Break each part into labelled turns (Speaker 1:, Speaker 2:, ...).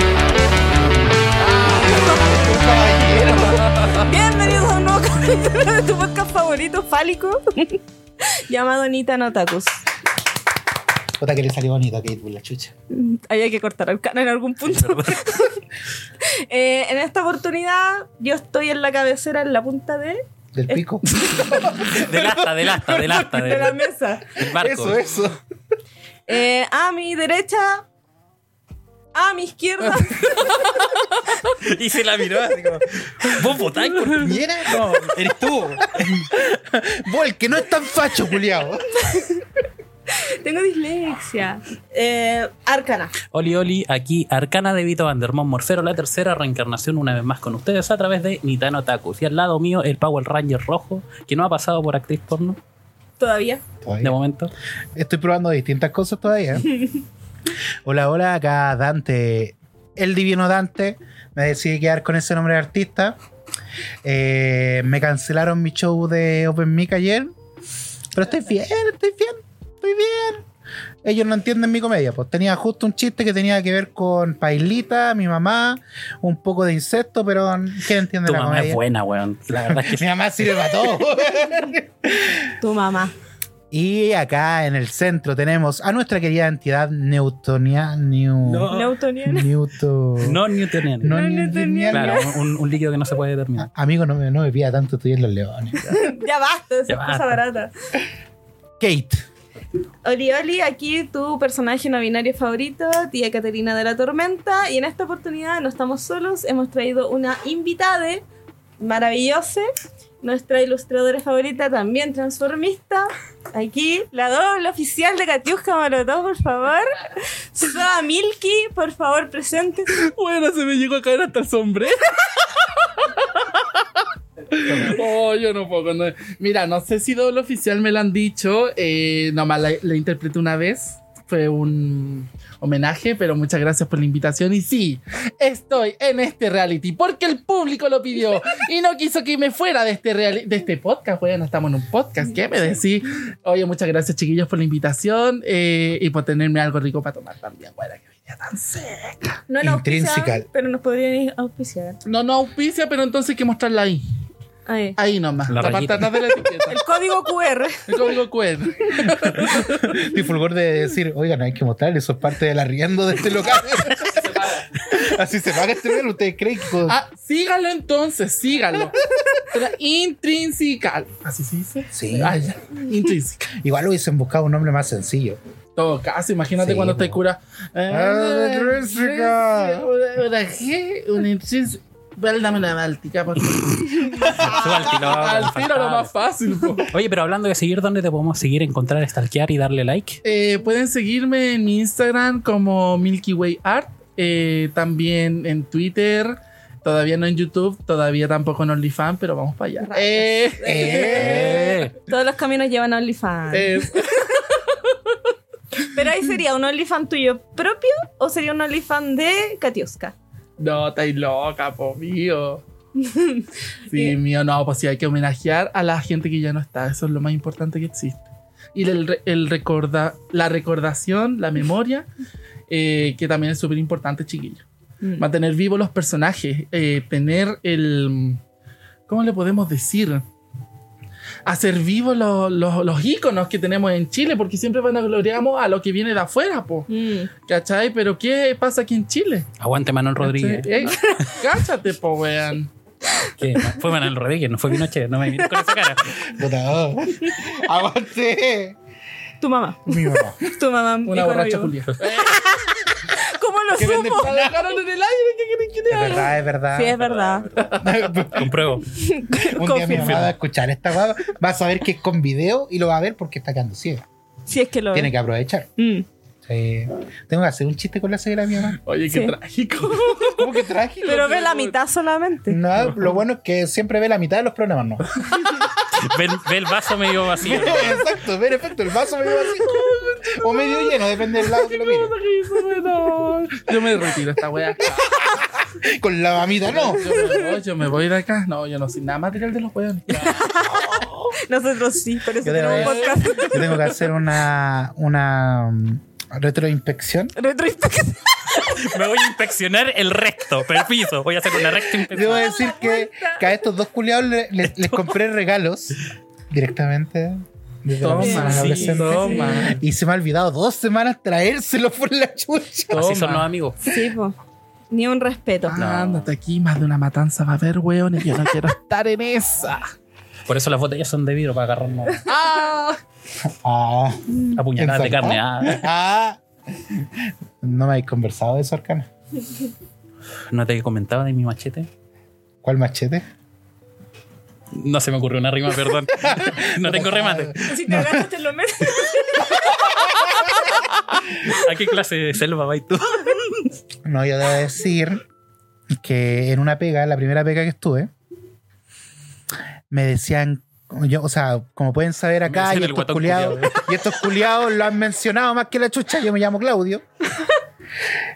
Speaker 1: metálico llamado Nitan Otakus.
Speaker 2: Jota que le salió bonito a Kate Bull, la chucha.
Speaker 1: Había que cortar al cano en algún punto. Eh, en esta oportunidad, yo estoy en la cabecera, en la punta de,
Speaker 2: Del pico.
Speaker 3: Del asta, del asta, del asta,
Speaker 1: de la
Speaker 3: del,
Speaker 1: mesa.
Speaker 3: del barco.
Speaker 2: Eso, eso.
Speaker 1: Eh, a mi derecha. A mi izquierda.
Speaker 3: Y se la miró así como, ¿vos votáis por mí?
Speaker 2: ¿Y era? No, eres tú. Vol, que no es tan facho, culiao.
Speaker 1: Tengo dislexia. Eh, Arcana.
Speaker 3: Oli, Oli, aquí Arcana de Vito Vandermont Morfero, la tercera reencarnación una vez más con ustedes a través de Nitano Takus. Y al lado mío, el Power Ranger rojo, que no ha pasado por actriz porno
Speaker 1: Todavía.
Speaker 3: de momento.
Speaker 2: Estoy probando distintas cosas todavía. Hola, hola, acá Dante, el divino Dante. Me decidí quedar con ese nombre de artista. Eh, me cancelaron mi show de Open Mic ayer. Pero estoy bien, estoy bien, estoy bien. Ellos no entienden mi comedia, pues tenía justo un chiste que tenía que ver con Pailita, mi mamá, un poco de insecto, pero ¿quién entiende
Speaker 3: Tu
Speaker 2: la
Speaker 3: mamá
Speaker 2: comedia?
Speaker 3: es buena, weón. La verdad es que
Speaker 2: Mi mamá sirve para todo.
Speaker 1: Tu mamá.
Speaker 2: Y acá en el centro tenemos a nuestra querida entidad newtoniana.
Speaker 3: No.
Speaker 1: Neutoniana.
Speaker 2: Newton.
Speaker 3: no newtoniana.
Speaker 2: No,
Speaker 1: no newtoniana.
Speaker 3: Claro, un, un líquido que no se puede determinar.
Speaker 2: A- Amigo, no me, no me pida tanto estudiar los leones.
Speaker 1: ya basta, esa
Speaker 3: Ya
Speaker 1: cosa
Speaker 3: basta.
Speaker 1: barata.
Speaker 2: Kate.
Speaker 1: Oli, Oli, aquí tu personaje no binario favorito, tía Caterina de la Tormenta. Y en esta oportunidad no estamos solos, hemos traído una invitada maravillosa, nuestra ilustradora favorita, también transformista. Aquí, la doble oficial de Katiuska Molotov, por favor. Susana Milky, por favor, presente.
Speaker 4: Bueno, se me llegó a caer hasta el sombrero. oh, yo no puedo. no. Mira, no sé si doble oficial me lo han dicho. Eh, nomás la, la interpreté una vez. Fue un homenaje, pero muchas gracias por la invitación. Y sí, estoy en este reality porque el público lo pidió y no quiso que me fuera de este, reali- de este podcast. Bueno, estamos en un podcast. ¿Qué me decís? Oye, muchas gracias, chiquillos, por la invitación eh, y por tenerme algo rico para tomar también. Bueno, que venía tan seca.
Speaker 1: No nos
Speaker 2: Intrinsical.
Speaker 1: auspician, pero nos podrían auspiciar.
Speaker 4: No, no auspicia, pero entonces hay que mostrarla ahí.
Speaker 1: Ahí.
Speaker 4: Ahí nomás.
Speaker 3: La
Speaker 4: La, parte de
Speaker 3: rayita.
Speaker 4: atrás de la etiqueta.
Speaker 1: El código QR.
Speaker 4: El código QR.
Speaker 2: Y fulgor de decir, oigan, hay que mostrar, eso es parte del arriendo de este local. Así se paga este local, ustedes creen que. con-
Speaker 4: Ah, sígalo entonces, sígalo. Pero intrínseca. ¿Así se dice?
Speaker 2: Sí.
Speaker 4: Ah, ya. Intrínseca.
Speaker 2: Igual hubiesen buscado un nombre más sencillo.
Speaker 4: Todo caso, imagínate
Speaker 2: Sí,
Speaker 4: cuando te
Speaker 2: po.
Speaker 4: cura.
Speaker 2: Ah, intrínseca.
Speaker 4: Una una G, una intrínseca. Bueno, Dame la báltica, por favor.
Speaker 3: Suba al tiro,
Speaker 4: Al tiro lo más fácil, po.
Speaker 3: Oye, pero hablando de seguir, ¿dónde te podemos seguir, encontrar, stalkear y darle like?
Speaker 4: Eh, pueden seguirme en mi Instagram como Milky Way Art, eh, también en Twitter, todavía no en YouTube, todavía tampoco en OnlyFans, pero vamos para allá.
Speaker 1: Rayos.
Speaker 4: Eh,
Speaker 3: Eh.
Speaker 1: Todos los caminos llevan a OnlyFans.
Speaker 4: es-
Speaker 1: Pero ahí sería un OnlyFans tuyo propio o sería un OnlyFans de Katiuska.
Speaker 4: no, estáis loca, po mío.
Speaker 1: Y-
Speaker 4: Sí, mío, no, pues sí, hay que homenajear a la gente que ya no está, eso es lo más importante que existe. Y el, re- el recorda, la recordación, la memoria, eh, que también es súper importante, chiquillo.
Speaker 2: Mm.
Speaker 4: mantener vivos los personajes, eh, tener el... ¿Cómo le podemos decir? Hacer vivos los, los, los íconos que tenemos en Chile, porque siempre vanagloriamos a lo que viene de afuera, po,
Speaker 1: Mm.
Speaker 4: ¿cachai? Pero ¿qué pasa aquí en Chile?
Speaker 3: Aguante Manuel Rodríguez.
Speaker 4: Ey, cáchate, po, weón.
Speaker 3: ¿Qué? Fue Manuel Rodríguez, no fue Pinochet, no me mires con esa cara.
Speaker 2: Puta, oh. Aguante.
Speaker 1: Tu mamá.
Speaker 2: Mi mamá.
Speaker 1: Tu mamá.
Speaker 4: Una
Speaker 1: icono
Speaker 4: borracha
Speaker 1: vivo.
Speaker 4: Julia.
Speaker 1: ¿Cómo lo
Speaker 2: Que vende
Speaker 1: supo?
Speaker 4: La dejaron en el aire, ¿qué quieren que te
Speaker 2: Es
Speaker 4: haga?
Speaker 2: verdad, es verdad.
Speaker 1: Sí, es verdad.
Speaker 3: Compruebo.
Speaker 2: Un día mi mamá
Speaker 1: Confirmo.
Speaker 2: va a escuchar esta guapa, va a saber que es con video y lo va a ver porque está quedando ciega.
Speaker 1: Si es que lo
Speaker 2: Tiene
Speaker 1: ve.
Speaker 2: que aprovechar.
Speaker 1: Mm.
Speaker 2: Sí. Tengo que hacer un chiste con la ceguera de mi mamá.
Speaker 4: Oye, qué
Speaker 1: Sí.
Speaker 4: trágico.
Speaker 2: ¿Cómo que trágico?
Speaker 1: Pero ve la mitad solamente.
Speaker 2: No, lo bueno es que siempre ve la mitad de los problemas, ¿no?
Speaker 3: Ve, el- ve el vaso medio vacío.
Speaker 2: Exacto, ve perfecto, el vaso medio vacío. O medio lleno, depende del lado que lo mire.
Speaker 4: No. Yo me retiro esta wea.
Speaker 2: Con la mamita, no.
Speaker 4: Yo me voy, yo me voy de acá. No, yo no soy nada material de los weones.
Speaker 1: Nosotros sí, por eso
Speaker 2: Yo tengo,
Speaker 1: tenemos un podcast.
Speaker 2: yo tengo que hacer una, una mm, retroinspección.
Speaker 1: Retroinspección.
Speaker 3: Me voy a inspeccionar el recto, pero piso. Voy a hacer una recta
Speaker 2: Debo
Speaker 3: inspección.
Speaker 2: decir que, que a estos dos culiados le- le- les compré regalos directamente desde la
Speaker 4: Toma,
Speaker 2: persona
Speaker 4: sí,
Speaker 2: adolescente.
Speaker 4: toma.
Speaker 2: Y se me ha olvidado dos semanas traérselo por la chucha.
Speaker 3: Así
Speaker 4: Toma.
Speaker 3: son los amigos.
Speaker 1: Sí, po. Ni un respeto.
Speaker 4: Ah, Ándate aquí, más de una matanza va a haber, weón, y yo no quiero estar en esa.
Speaker 3: Por eso las botellas son de vidrio para agarrarnos
Speaker 4: Ah,
Speaker 2: Ah.
Speaker 4: Mm.
Speaker 3: a puñaladas de
Speaker 2: Exacto.
Speaker 3: carne. Ah,
Speaker 2: Ah. No me habéis conversado de eso, Arcana.
Speaker 3: ¿No te comentaba de mi machete?
Speaker 2: ¿Cuál machete?
Speaker 3: No se me ocurrió una rima, perdón. no tengo remate.
Speaker 1: Si te agachaste en lo menos.
Speaker 3: ¿A qué clase de selva vais tú?
Speaker 2: No, yo debo decir que en una pega, la primera pega que estuve, me decían, yo, o sea, como pueden saber acá,
Speaker 3: decían
Speaker 2: y
Speaker 3: el
Speaker 2: estos,
Speaker 3: guatón eh.
Speaker 2: culiados, y estos culiados lo han mencionado más que la chucha, yo me llamo Claudio.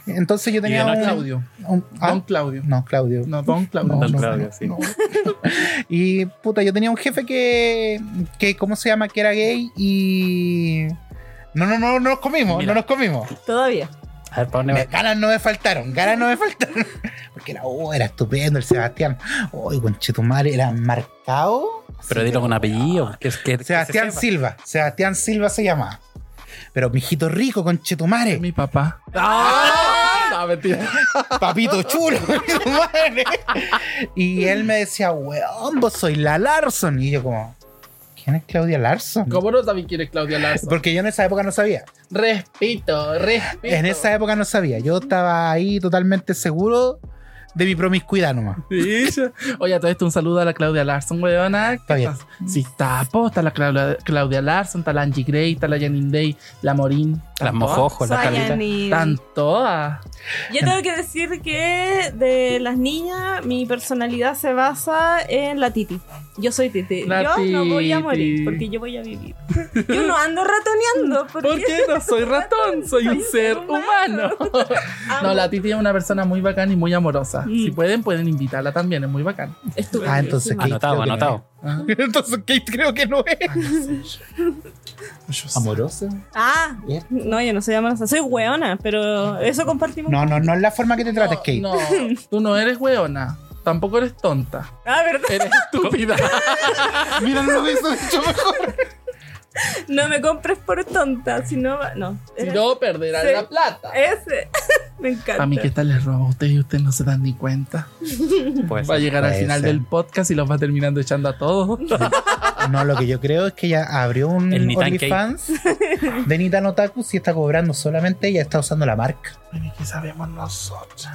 Speaker 2: Entonces yo tenía
Speaker 3: de
Speaker 2: un,
Speaker 3: noche?
Speaker 4: Claudio.
Speaker 2: un- ah,
Speaker 4: Don Claudio.
Speaker 2: no, Claudio.
Speaker 4: No, Don Claudio.
Speaker 2: No,
Speaker 3: Don
Speaker 2: no,
Speaker 3: Claudio,
Speaker 2: no,
Speaker 3: sí.
Speaker 2: no. Y puta, yo tenía un jefe que, que, ¿cómo se llama? Que era gay y... No, no, no, no nos comimos,
Speaker 3: Mira.
Speaker 2: no nos comimos.
Speaker 1: Todavía.
Speaker 3: A ver, ¿para dónde
Speaker 2: Me-
Speaker 3: va?
Speaker 2: ganas no me faltaron, ganas no me faltaron. Porque era, oh, era estupendo el Sebastián. Uy, conchetumare, era marcado.
Speaker 3: Pero dilo con apellido. Que, que- que se
Speaker 2: Sebastián
Speaker 3: sepa.
Speaker 2: Silva, Sebastián Silva se llama. Pero mijito rico, conchetumare.
Speaker 4: Mi papá. No, mentira.
Speaker 2: Papito chulo, tu madre. Y él me decía, weón, vos soy la Larson. Y yo como, ¿quién es Claudia Larson?
Speaker 4: ¿Cómo no también quieres Claudia Larson?
Speaker 2: Porque yo en esa época no sabía.
Speaker 4: Respito, respito.
Speaker 2: En esa época no sabía. Yo estaba ahí totalmente seguro de mi promiscuidad nomás. Ah,
Speaker 4: Sí, ya. Oye, a todo esto un saludo a la Claudia Larson, weona.
Speaker 2: Está bien.
Speaker 4: Sí, está, po, está la Claudia, Claudia Larson, está la Angie Gray, está la Janine Day, la Morín.
Speaker 3: Las mojojos, las carlitas.
Speaker 1: Sayani.
Speaker 4: Están todas.
Speaker 1: Yo tengo que decir que de las niñas mi personalidad se basa en la titi. Yo soy titi.
Speaker 4: La
Speaker 1: yo no voy a
Speaker 4: titi.
Speaker 1: morir porque yo voy a vivir. Yo no ando ratoneando porque
Speaker 4: ¿Por qué no soy ratón? Soy un ser humano.
Speaker 1: amo.
Speaker 4: No, la Titi es una persona muy bacana y muy amorosa.
Speaker 1: Mm.
Speaker 4: Si pueden, pueden invitarla también, es muy bacana.
Speaker 1: Estupendo.
Speaker 2: Ah, entonces Kate
Speaker 3: Anotado,
Speaker 2: creo que no
Speaker 3: anotado.
Speaker 4: Ah,
Speaker 2: es. Entonces Kate creo que no es.
Speaker 4: yo sé.
Speaker 2: ¿Amorosa?
Speaker 1: Ah, no, yo no soy amorosa. Soy weona, pero eso compartimos.
Speaker 2: No, no, no es la forma que te trates, Kate.
Speaker 4: No, tú no eres weona. Tampoco eres tonta.
Speaker 1: Ah, verdad.
Speaker 4: Eres estúpida.
Speaker 2: Mira, no lo hubiese dicho mejor.
Speaker 1: No me compres por tonta, si no. va- No.
Speaker 4: Si no, perderás
Speaker 1: Sí.
Speaker 4: la plata.
Speaker 1: Ese. me encanta.
Speaker 4: A mí que tal les roba a ustedes y ustedes no se dan ni cuenta.
Speaker 3: Pues,
Speaker 4: Va a llegar al
Speaker 2: Puede
Speaker 4: final
Speaker 2: ser.
Speaker 4: del podcast y los va terminando echando a todos.
Speaker 2: No, lo que yo creo es que ella abrió un
Speaker 3: El Nitan
Speaker 2: OnlyFans de Nitan Otaku y está cobrando solamente ella está usando la marca.
Speaker 4: Bueno, ¿Qué sabemos nosotros?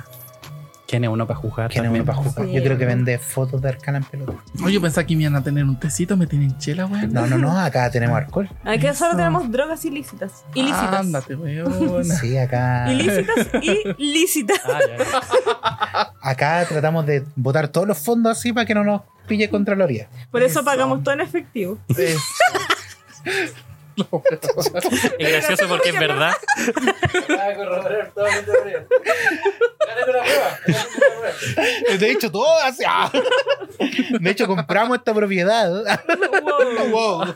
Speaker 3: ¿Quién es uno para jugar?
Speaker 2: Que no
Speaker 3: también?
Speaker 2: me pa' jugar.
Speaker 1: Sí.
Speaker 2: Yo creo que vende fotos de Arcana en pelota.
Speaker 4: Oye, yo pensaba que me iban a tener un tecito, me tienen chela, weón.
Speaker 2: No, no, no, acá tenemos alcohol.
Speaker 1: Aquí solo
Speaker 4: Eso.
Speaker 1: tenemos drogas ilícitas. Ilícitas.
Speaker 4: Ah. Ándate, weón.
Speaker 2: Sí, acá.
Speaker 1: Ilícitas y lícitas.
Speaker 3: Ah, ya, ya.
Speaker 2: Acá tratamos de botar todos los fondos así para que no nos pille Contraloría.
Speaker 1: Por eso
Speaker 4: Eso.
Speaker 1: pagamos todo en efectivo.
Speaker 4: Eso.
Speaker 3: Es gracioso porque es verdad.
Speaker 2: De hecho, todo así. ah. De hecho, compramos esta propiedad.
Speaker 1: Wow.
Speaker 2: Wow.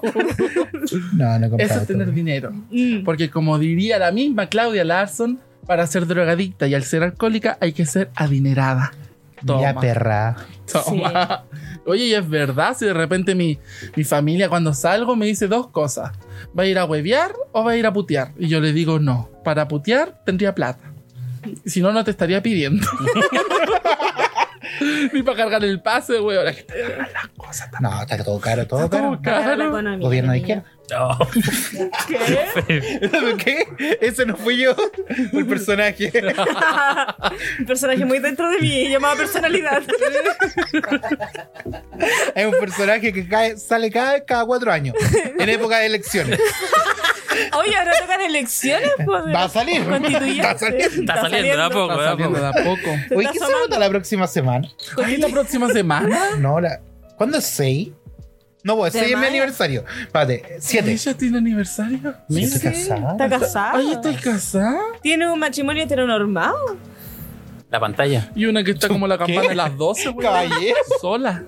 Speaker 2: No, no compramos.
Speaker 4: Eso
Speaker 2: esta
Speaker 4: es tener
Speaker 2: propiedad.
Speaker 4: dinero.
Speaker 1: Mm.
Speaker 4: Porque como diría la misma Claudia Larson, para ser drogadicta y al ser alcohólica hay que ser adinerada.
Speaker 2: Mira,
Speaker 4: Toma.
Speaker 2: perra.
Speaker 4: Toma. Oye, y es verdad, si de repente mi, mi familia cuando salgo me dice dos cosas. ¿Va a ir a huevear o va a ir a putear? Y yo le digo no. Para putear tendría plata. Si no, no te estaría pidiendo. Ni para cargar el pase, güey. Ahora que está
Speaker 2: No, está todo caro, todo
Speaker 4: todo
Speaker 2: caro.
Speaker 1: Para la
Speaker 4: caro.
Speaker 1: economía.
Speaker 2: Gobierno de izquierda.
Speaker 3: No.
Speaker 1: ¿Qué?
Speaker 2: ¿Qué? Ese no fui yo, el personaje.
Speaker 1: Un personaje muy dentro de mí, llamado personalidad.
Speaker 2: Es un personaje que cae- sale cada vez cada cuatro años, en época de elecciones.
Speaker 1: Oye, ahora tocan elecciones, pues.
Speaker 2: Va a salir.
Speaker 1: Constituyente.
Speaker 2: Va a salir.
Speaker 3: Está saliendo de a poco,
Speaker 4: Está
Speaker 3: de a
Speaker 4: saliendo
Speaker 3: poco.
Speaker 4: de a poco.
Speaker 1: Se
Speaker 2: Oye,
Speaker 1: está
Speaker 2: ¿qué se
Speaker 1: asomando.
Speaker 2: vota la próxima semana?
Speaker 4: Oye, la próxima semana.
Speaker 2: No, la... ¿cuándo es 6? No, pues
Speaker 1: De
Speaker 2: 6 es mi
Speaker 1: mayo.
Speaker 2: aniversario. Espérate, 7.
Speaker 4: ¿Ella tiene aniversario?
Speaker 2: ¿Estás
Speaker 4: Mira.
Speaker 1: Está
Speaker 2: casada?
Speaker 1: casado.
Speaker 4: Ay, ¿estás casada?
Speaker 1: Tiene un matrimonio heteronormado.
Speaker 3: La pantalla.
Speaker 4: Y una que está como la campana
Speaker 2: ¿Qué?
Speaker 4: de las 12, güey.
Speaker 2: Caballero.
Speaker 4: Sola.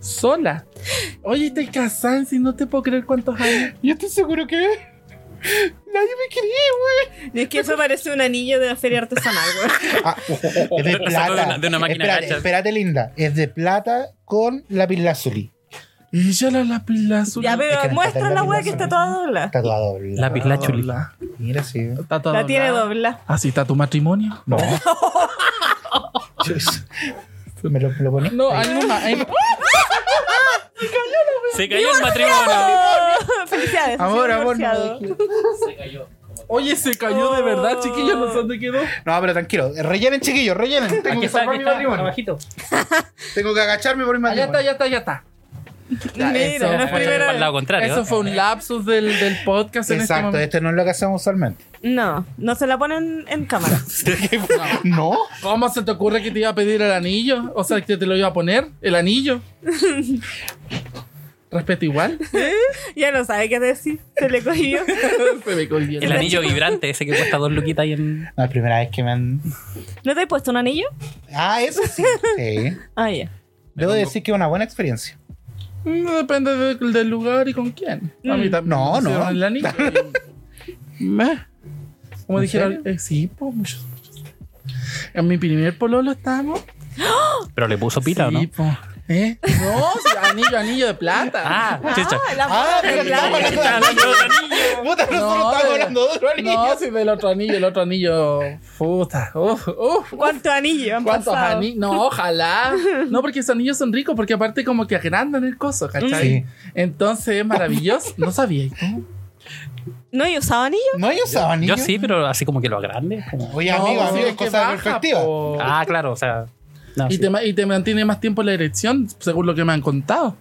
Speaker 4: Sola. Oye, te casan si no te puedo creer cuántos años.
Speaker 2: Yo estoy seguro que nadie me quería,
Speaker 1: Es que eso parece un anillo de la feria artesanal, güey.
Speaker 2: güey. Ah, es de
Speaker 3: Lo sacó de
Speaker 2: plata.
Speaker 3: una- de una máquina
Speaker 2: espérate,
Speaker 3: gacha.
Speaker 2: espérate, linda. Es de plata con lápiz lazuli.
Speaker 4: Y ya la lápiz lazuli.
Speaker 1: Ya, pero
Speaker 2: Es que no está
Speaker 1: muestra
Speaker 2: tan
Speaker 1: la
Speaker 2: lápiz
Speaker 1: weá que está
Speaker 2: lazuli.
Speaker 1: toda doblada.
Speaker 2: Está toda doblada.
Speaker 3: Lápiz lazuli.
Speaker 4: Hola.
Speaker 2: Mira, sí.
Speaker 4: Está toda
Speaker 1: La tiene
Speaker 4: doblada.
Speaker 1: doblada.
Speaker 4: ¿Así está tu matrimonio? No.
Speaker 2: Chus. ¿Me lo, me lo poní?
Speaker 4: No, eh. hay una. hay-
Speaker 3: Se cayó el matrimonio.
Speaker 1: Felicidades. ha sido
Speaker 2: Amor, amor, no,
Speaker 1: divorciado.
Speaker 2: dejé.
Speaker 4: Oye, se cayó de verdad,
Speaker 1: Oh.
Speaker 4: chiquillos, no sé dónde quedó.
Speaker 2: No, pero tranquilo. Rellenen, chiquillos, rellenen. Tengo
Speaker 3: Aquí
Speaker 2: que
Speaker 3: está,
Speaker 2: salvar
Speaker 3: aquí
Speaker 2: mi
Speaker 3: está,
Speaker 2: matrimonio.
Speaker 3: abajito.
Speaker 2: Tengo que agacharme por mi
Speaker 4: Allá está,
Speaker 2: matrimonio.
Speaker 4: Ah, ya está, ya está. Ya,
Speaker 1: Mira,
Speaker 4: eso.
Speaker 1: no es
Speaker 4: Agachate
Speaker 1: primera
Speaker 3: Para el lado
Speaker 1: vez.
Speaker 3: contrario.
Speaker 4: Eso fue un lapsus del, del podcast en este
Speaker 2: Exacto,
Speaker 4: momento.
Speaker 2: este no es lo que hacemos usualmente.
Speaker 1: No, no se la ponen en cámara.
Speaker 2: ¿No?
Speaker 4: ¿Cómo se te ocurre que te iba a pedir el anillo? O sea, que te lo iba a poner, el anillo. Respeto igual.
Speaker 1: ya no sabe qué decir. Se le cogió.
Speaker 4: Se me cogió.
Speaker 3: El anillo vibrante, ese que cuesta dos luquitas ahí en.
Speaker 2: No, es la primera vez que me han...
Speaker 1: ¿No te has puesto un anillo?
Speaker 2: Ah, eso sí. Sí.
Speaker 1: Ah, ya.
Speaker 2: Debo decir que es una buena experiencia.
Speaker 4: No depende de- del lugar y con quién. A mí también.
Speaker 2: No, no.
Speaker 4: me hicieron El anillo. y- Meh. Como
Speaker 2: ¿En
Speaker 4: dijeron,
Speaker 2: serio?
Speaker 4: eh, sí, pues muchos. En mi primer pololo estábamos.
Speaker 3: Pero le puso pila, ¿o no?
Speaker 4: Sí, po.
Speaker 2: ¿Eh?
Speaker 4: No, sí, anillo, anillo de plata.
Speaker 3: Ah, chucha.
Speaker 1: la
Speaker 2: Ah, pero estamos hablando de anillo. Puta, nosotros
Speaker 4: No,
Speaker 2: estamos
Speaker 4: de-
Speaker 2: hablando de otro anillo.
Speaker 4: No, sí, del otro anillo, el otro anillo. Puta. Uf, uf.
Speaker 1: ¿Cuántos anillos han
Speaker 4: ¿Cuántos
Speaker 1: pasado?
Speaker 4: anillos? No, ojalá. No, porque esos anillos son ricos, porque aparte como que agrandan el coso, ¿cachai?
Speaker 2: Sí.
Speaker 4: Entonces es maravilloso. No sabía. ¿no?
Speaker 1: ¿No he usado anillo?
Speaker 2: ¿No hay usado anillo?
Speaker 3: Yo sí, pero así como que lo agrande. como-
Speaker 2: Oye,
Speaker 4: No,
Speaker 2: amigo,
Speaker 4: pues,
Speaker 2: amigo,
Speaker 4: es
Speaker 2: es
Speaker 4: que
Speaker 2: cosa de
Speaker 4: baja,
Speaker 2: perspectiva.
Speaker 4: po.
Speaker 3: Ah, claro, o sea.
Speaker 2: Ah,
Speaker 3: no,
Speaker 4: y,
Speaker 3: sí.
Speaker 4: te, ma- y te mantiene más tiempo la erección, según lo que me han contado.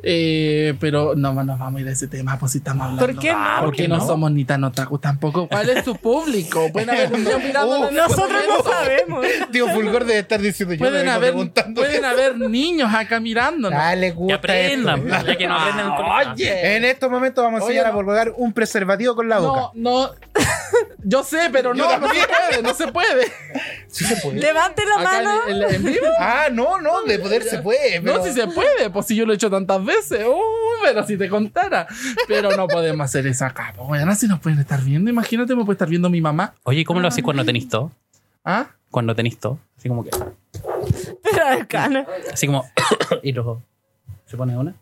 Speaker 4: Eh, pero no no nos vamos a ir a ese tema, pues si estamos hablando.
Speaker 1: ¿Por qué
Speaker 3: Ah,
Speaker 1: no?
Speaker 3: ¿por
Speaker 4: Porque
Speaker 3: qué
Speaker 4: no?
Speaker 3: no?
Speaker 4: somos ni tan otaku tampoco. ¿Cuál es tu público? Pueden haber niños mirándolo
Speaker 2: Uh,
Speaker 4: en este
Speaker 1: Nosotros no
Speaker 4: momento.
Speaker 1: sabemos.
Speaker 2: Tío Fulgor debe estar diciendo yo.
Speaker 4: Pueden
Speaker 2: le vengo
Speaker 4: haber,
Speaker 2: preguntando
Speaker 4: pueden haber niños acá mirándonos.
Speaker 2: Ah, le
Speaker 3: Que
Speaker 2: gusta
Speaker 3: aprendan,
Speaker 2: esto.
Speaker 3: ya que no aprenden en el colegio.
Speaker 2: En estos momentos vamos a
Speaker 4: Oye,
Speaker 2: enseñar a
Speaker 4: no.
Speaker 2: Fulgor un preservativo con la boca.
Speaker 4: No, no. Yo sé, pero no,
Speaker 2: Yo
Speaker 4: no se
Speaker 2: también.
Speaker 4: puede, no se puede.
Speaker 2: Sí se puede.
Speaker 1: Levante la
Speaker 4: Acá
Speaker 1: mano.
Speaker 4: en- en- en vivo.
Speaker 2: Ah, no, no, de poder se puede.
Speaker 4: No,
Speaker 2: pero-
Speaker 4: si se puede, pues si yo lo he hecho tantas veces. Uh, pero si te contara. Pero no podemos hacer eso acá. Pues bueno, si nos pueden estar viendo, imagínate, me puede estar viendo mi mamá.
Speaker 3: Oye, ¿cómo lo haces cuando tenís todo?
Speaker 4: ¿Ah?
Speaker 3: Cuando tenís todo. Así como que.
Speaker 1: Pero acá no.
Speaker 3: Así como. y luego. ¿Se pone una?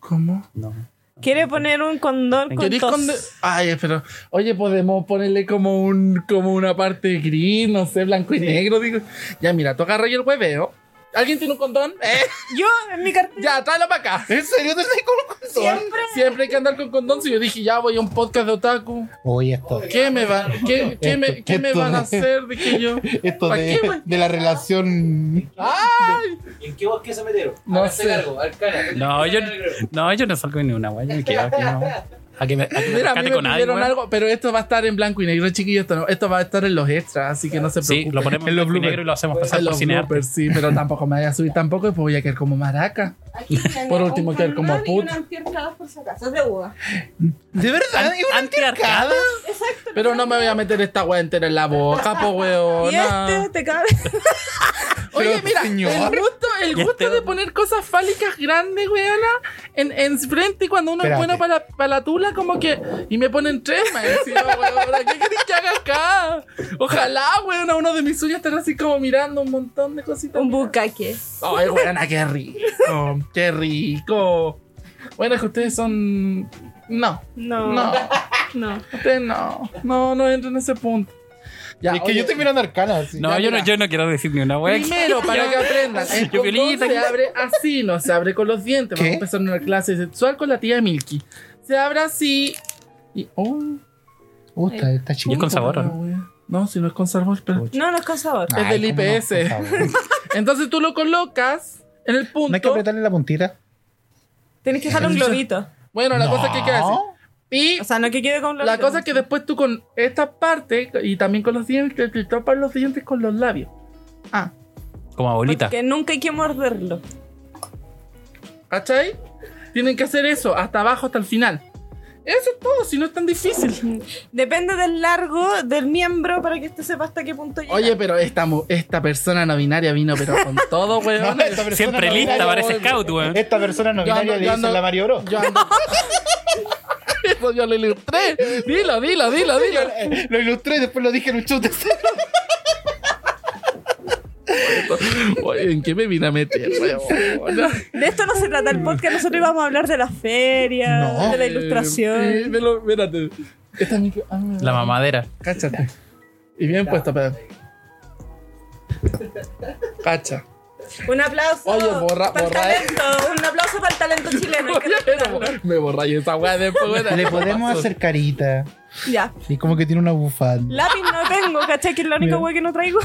Speaker 4: ¿Cómo?
Speaker 3: No.
Speaker 1: Quiere poner un condón con
Speaker 4: ¿Querés
Speaker 1: tos.
Speaker 4: conde- Ay, pero. Oye, podemos ponerle como un como una parte gris, no sé, blanco y negro. Digo. Ya, mira, toca rey el hueveo. ¿Alguien tiene un condón? Eh,
Speaker 1: Yo en mi cartera.
Speaker 4: ya, tráelo para acá.
Speaker 2: ¿En serio te estás con un condón?
Speaker 4: Siempre hay que andar con condón. Si yo dije, ya voy a un podcast de otaku.
Speaker 2: Oye, esto.
Speaker 4: ¿Qué me, va- qué- qué me, qué me
Speaker 2: Esto-
Speaker 4: van a
Speaker 2: esto-
Speaker 4: hacer de que yo?
Speaker 2: Esto
Speaker 4: ¿Pa'
Speaker 2: de,
Speaker 4: qué, güey?
Speaker 2: de la relación.
Speaker 4: ¡Ay!
Speaker 5: ¿En qué bosque se metieron?
Speaker 4: No
Speaker 5: Háganse
Speaker 4: sé.
Speaker 5: cargo, Alcana.
Speaker 3: No, yo,
Speaker 5: Alcana.
Speaker 3: no, yo no salgo ni una, güey. Yo me quedo aquí, no. A que me, a que me
Speaker 4: Mira, a mí
Speaker 3: rescate
Speaker 4: me
Speaker 3: con ¿eh? alguien,
Speaker 4: pidieron
Speaker 3: güey.
Speaker 4: algo, pero esto va a estar en blanco y negro, chiquillos. Esto, no- esto va a estar en los extras, así que no se preocupen.
Speaker 3: Sí, lo ponemos
Speaker 2: En
Speaker 3: en
Speaker 2: los
Speaker 3: blanco y
Speaker 2: bloopers.
Speaker 3: negro y lo hacemos pasar
Speaker 4: en
Speaker 3: por
Speaker 4: los
Speaker 3: cinearte.
Speaker 4: bloopers, sí, pero tampoco me voy a subir tampoco, después voy a quedar como maraca. Por último, quedar como puta.
Speaker 2: ¿De verdad? ¿Y una
Speaker 3: Antiarcada.
Speaker 4: Pero no me voy a meter esta weá entera en la boca, po
Speaker 1: Y este
Speaker 4: weona.
Speaker 1: te cabe.
Speaker 4: Oye,
Speaker 2: Pero,
Speaker 4: mira,
Speaker 2: señor.
Speaker 4: el gusto, el
Speaker 3: Y
Speaker 4: gusto
Speaker 3: este-
Speaker 4: de poner cosas fálicas grandes, weona, en, en frente y cuando uno
Speaker 2: Espérate.
Speaker 4: es bueno para, la- para la tula, como que. Y me ponen tres, más encima, weona. ¿Qué querés que haga acá? Ojalá, weona, uno de mis sueños estar así como mirando un montón de cositas.
Speaker 1: Un bucaque.
Speaker 4: Ay, weona, qué rico. Qué rico. Bueno, es que ustedes son. No,
Speaker 1: No.
Speaker 4: no,
Speaker 1: No.
Speaker 4: ustedes no. No, no entran en ese punto. Ya,
Speaker 2: es que
Speaker 4: oye,
Speaker 2: yo estoy mirando arcana. así.
Speaker 3: No,
Speaker 4: Ya,
Speaker 3: yo no,
Speaker 4: mira.
Speaker 3: yo no quiero decir ni una, güey.
Speaker 4: Primero, para que aprendan, el
Speaker 3: Yo
Speaker 4: condón
Speaker 3: violita,
Speaker 4: se
Speaker 3: ¿qué?
Speaker 4: abre así, no se abre con los dientes. Vamos a
Speaker 2: ¿Qué?
Speaker 4: empezar una clase sexual con la tía Milky. Se abre así y... Oh,
Speaker 2: Puta, esta
Speaker 3: Y es
Speaker 2: chica.
Speaker 3: con sabor, ¿o
Speaker 4: puta la
Speaker 3: ¿no?
Speaker 4: wea. No, si no es con sabor, pero...
Speaker 1: No, no es con sabor.
Speaker 4: es del IPS. Entonces tú lo colocas en el punto...
Speaker 2: ¿No hay que apretarle la puntita?
Speaker 1: Tienes que dejarle un globito.
Speaker 4: Bueno, la cosa es que queda así.
Speaker 2: No.
Speaker 4: Y
Speaker 1: O sea, no que quede con globito.
Speaker 4: la cosa es que después tú con esta parte y también con los dientes, te tapas los dientes con los labios. Ah,
Speaker 3: Como abuelita.
Speaker 1: Que nunca hay que morderlo.
Speaker 4: ¿cachai? Tienen que hacer eso, hasta abajo, hasta el final. Eso es todo, si no es tan difícil.
Speaker 1: Depende del largo del miembro para que este sepa hasta qué punto llega.
Speaker 4: Oye, pero esta, mu- esta persona no binaria vino, pero con todo, weón.
Speaker 2: No, esta persona
Speaker 3: Siempre
Speaker 2: no
Speaker 3: lista,
Speaker 2: binaria,
Speaker 3: parece
Speaker 2: weón.
Speaker 3: scout, güey.
Speaker 2: Esta persona no
Speaker 4: Yo ando-
Speaker 2: binaria
Speaker 4: yo
Speaker 2: le dicen
Speaker 4: ando-
Speaker 2: la Mario Bros.
Speaker 4: Yo ando- Eso yo lo ilustré. Dilo, dilo, dilo, dilo.
Speaker 2: Eh, Lo ilustré y después lo dije en un chute.
Speaker 4: Oye, ¿en qué me vine a meter? huevona?
Speaker 1: De esto no se trata el podcast, nosotros íbamos a hablar de la feria,
Speaker 2: No.
Speaker 1: de la
Speaker 4: Eh, sí,
Speaker 1: ilustración.
Speaker 4: me lo- espérate. Esta es mi- ah, me-
Speaker 3: La mamadera.
Speaker 4: Cáchate. Y bien puesta, pero. Cacha.
Speaker 1: Un aplauso
Speaker 4: Oye, borra-
Speaker 1: para el
Speaker 4: borra-
Speaker 1: talento, un aplauso para el talento chileno. hay que respetarlo.
Speaker 4: Me borráis esa weá después. weá.
Speaker 2: Le podemos hacer carita.
Speaker 1: Ya.
Speaker 2: Y como que tiene una bufanda.
Speaker 1: Lápiz no tengo, ¿cachai? Que es la única
Speaker 2: Mira.
Speaker 1: wea que no traigo.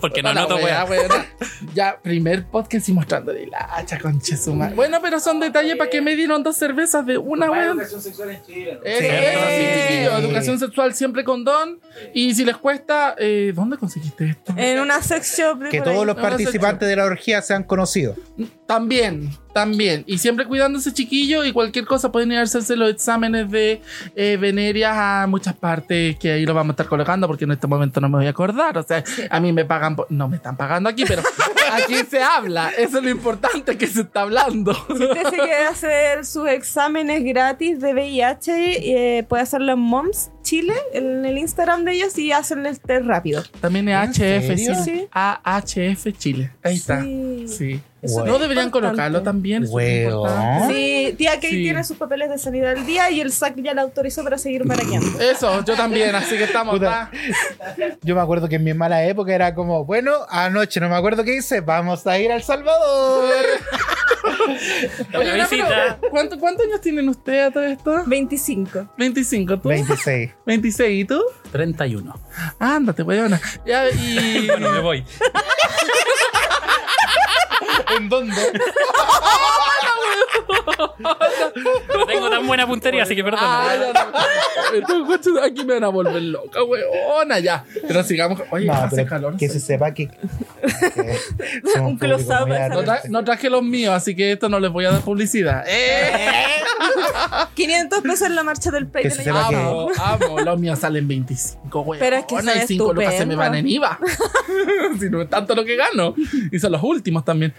Speaker 3: Porque no
Speaker 4: La
Speaker 3: noto,
Speaker 4: weá,
Speaker 3: weá.
Speaker 4: weona. Ya, primer podcast y mostrándole la hacha, conche su madre. Bueno, pero son detalles para que me dieron dos cervezas de una,
Speaker 5: Más
Speaker 4: weón.
Speaker 5: educación sexual en Chile, ¿no?
Speaker 4: Eso,
Speaker 2: Sí.
Speaker 4: eso sí, chiquillo.
Speaker 2: Sí.
Speaker 4: Educación sexual siempre con don. Y si les cuesta, eh, ¿dónde conseguiste esto?
Speaker 1: En una sex shop. de
Speaker 2: Que
Speaker 1: por ahí.
Speaker 2: todos los
Speaker 4: No, no sé
Speaker 2: participantes de la orgía sean conocidos.
Speaker 4: También, también. Y siempre cuidándose, chiquillo. Y cualquier cosa pueden ir a hacerse los exámenes de eh, venerias a muchas partes que ahí lo vamos a estar colocando porque en este momento no me voy a acordar. O sea, a mí me pagan. por- No me están pagando aquí, pero aquí se habla. Eso es lo importante que se está hablando.
Speaker 1: Usted se quiere hacer sus exámenes gratis de VIH, eh, puede hacerlo en Moms Chile, en el Instagram de ellos, y hacen el test rápido.
Speaker 4: También es
Speaker 2: ¿En
Speaker 4: HF
Speaker 2: serio?
Speaker 4: Chile.
Speaker 1: Sí.
Speaker 4: AHF Chile. Ahí está.
Speaker 1: Sí.
Speaker 4: Sí.
Speaker 1: Eso
Speaker 2: Guau.
Speaker 1: es
Speaker 4: No deberían
Speaker 1: importante.
Speaker 4: colocarlo también. eso es
Speaker 2: Weón.
Speaker 4: importante.
Speaker 1: Sí, tía Kate
Speaker 4: ¿Ah? Sí.
Speaker 1: tiene sus papeles de sanidad al día y el SAC ya la autorizó para seguir maraqueando.
Speaker 4: Eso, yo también, así que estamos.
Speaker 2: Puta.
Speaker 4: ¿va?
Speaker 2: Yo me acuerdo que en mi mala época era como, bueno, anoche no me acuerdo qué hice, vamos a ir al Salvador.
Speaker 4: Oye,
Speaker 3: La
Speaker 4: no, pero,
Speaker 3: visita.
Speaker 4: ¿cuánto- ¿Cuántos años tienen ustedes a todo esto?
Speaker 1: 25.
Speaker 4: 25, ¿tú?
Speaker 2: 26.
Speaker 4: 26, ¿y tú?
Speaker 3: 31.
Speaker 4: Ándate,
Speaker 2: pues,
Speaker 4: weona. Ya, y...
Speaker 3: Bueno, me voy.
Speaker 2: ¿En dónde?
Speaker 3: No tengo tan buena puntería, así que
Speaker 4: Ah,
Speaker 3: perdón.
Speaker 4: ya, no. Estos coches aquí me van a volver loca, weona, ya. Pero sigamos... Oye,
Speaker 2: No,
Speaker 4: hace
Speaker 2: pero
Speaker 4: calor.
Speaker 2: que
Speaker 4: hace-
Speaker 2: se sepa que... que somos
Speaker 1: Un close-up
Speaker 2: público muy
Speaker 1: a esa
Speaker 4: No, tra-
Speaker 2: adverso.
Speaker 4: no traje los míos, así que esto no les voy a dar publicidad. ¡Eh!
Speaker 1: 500 pesos en la marcha del pay
Speaker 2: Que
Speaker 1: del
Speaker 2: se
Speaker 1: año
Speaker 2: sepa que-
Speaker 1: pasado.
Speaker 4: Amo, amo. Los míos salen 25, weona.
Speaker 1: Pero es que son
Speaker 4: y 5 lucas se me
Speaker 1: estupendos.
Speaker 4: van en IVA. si no es tanto lo que gano. Y son los últimos también.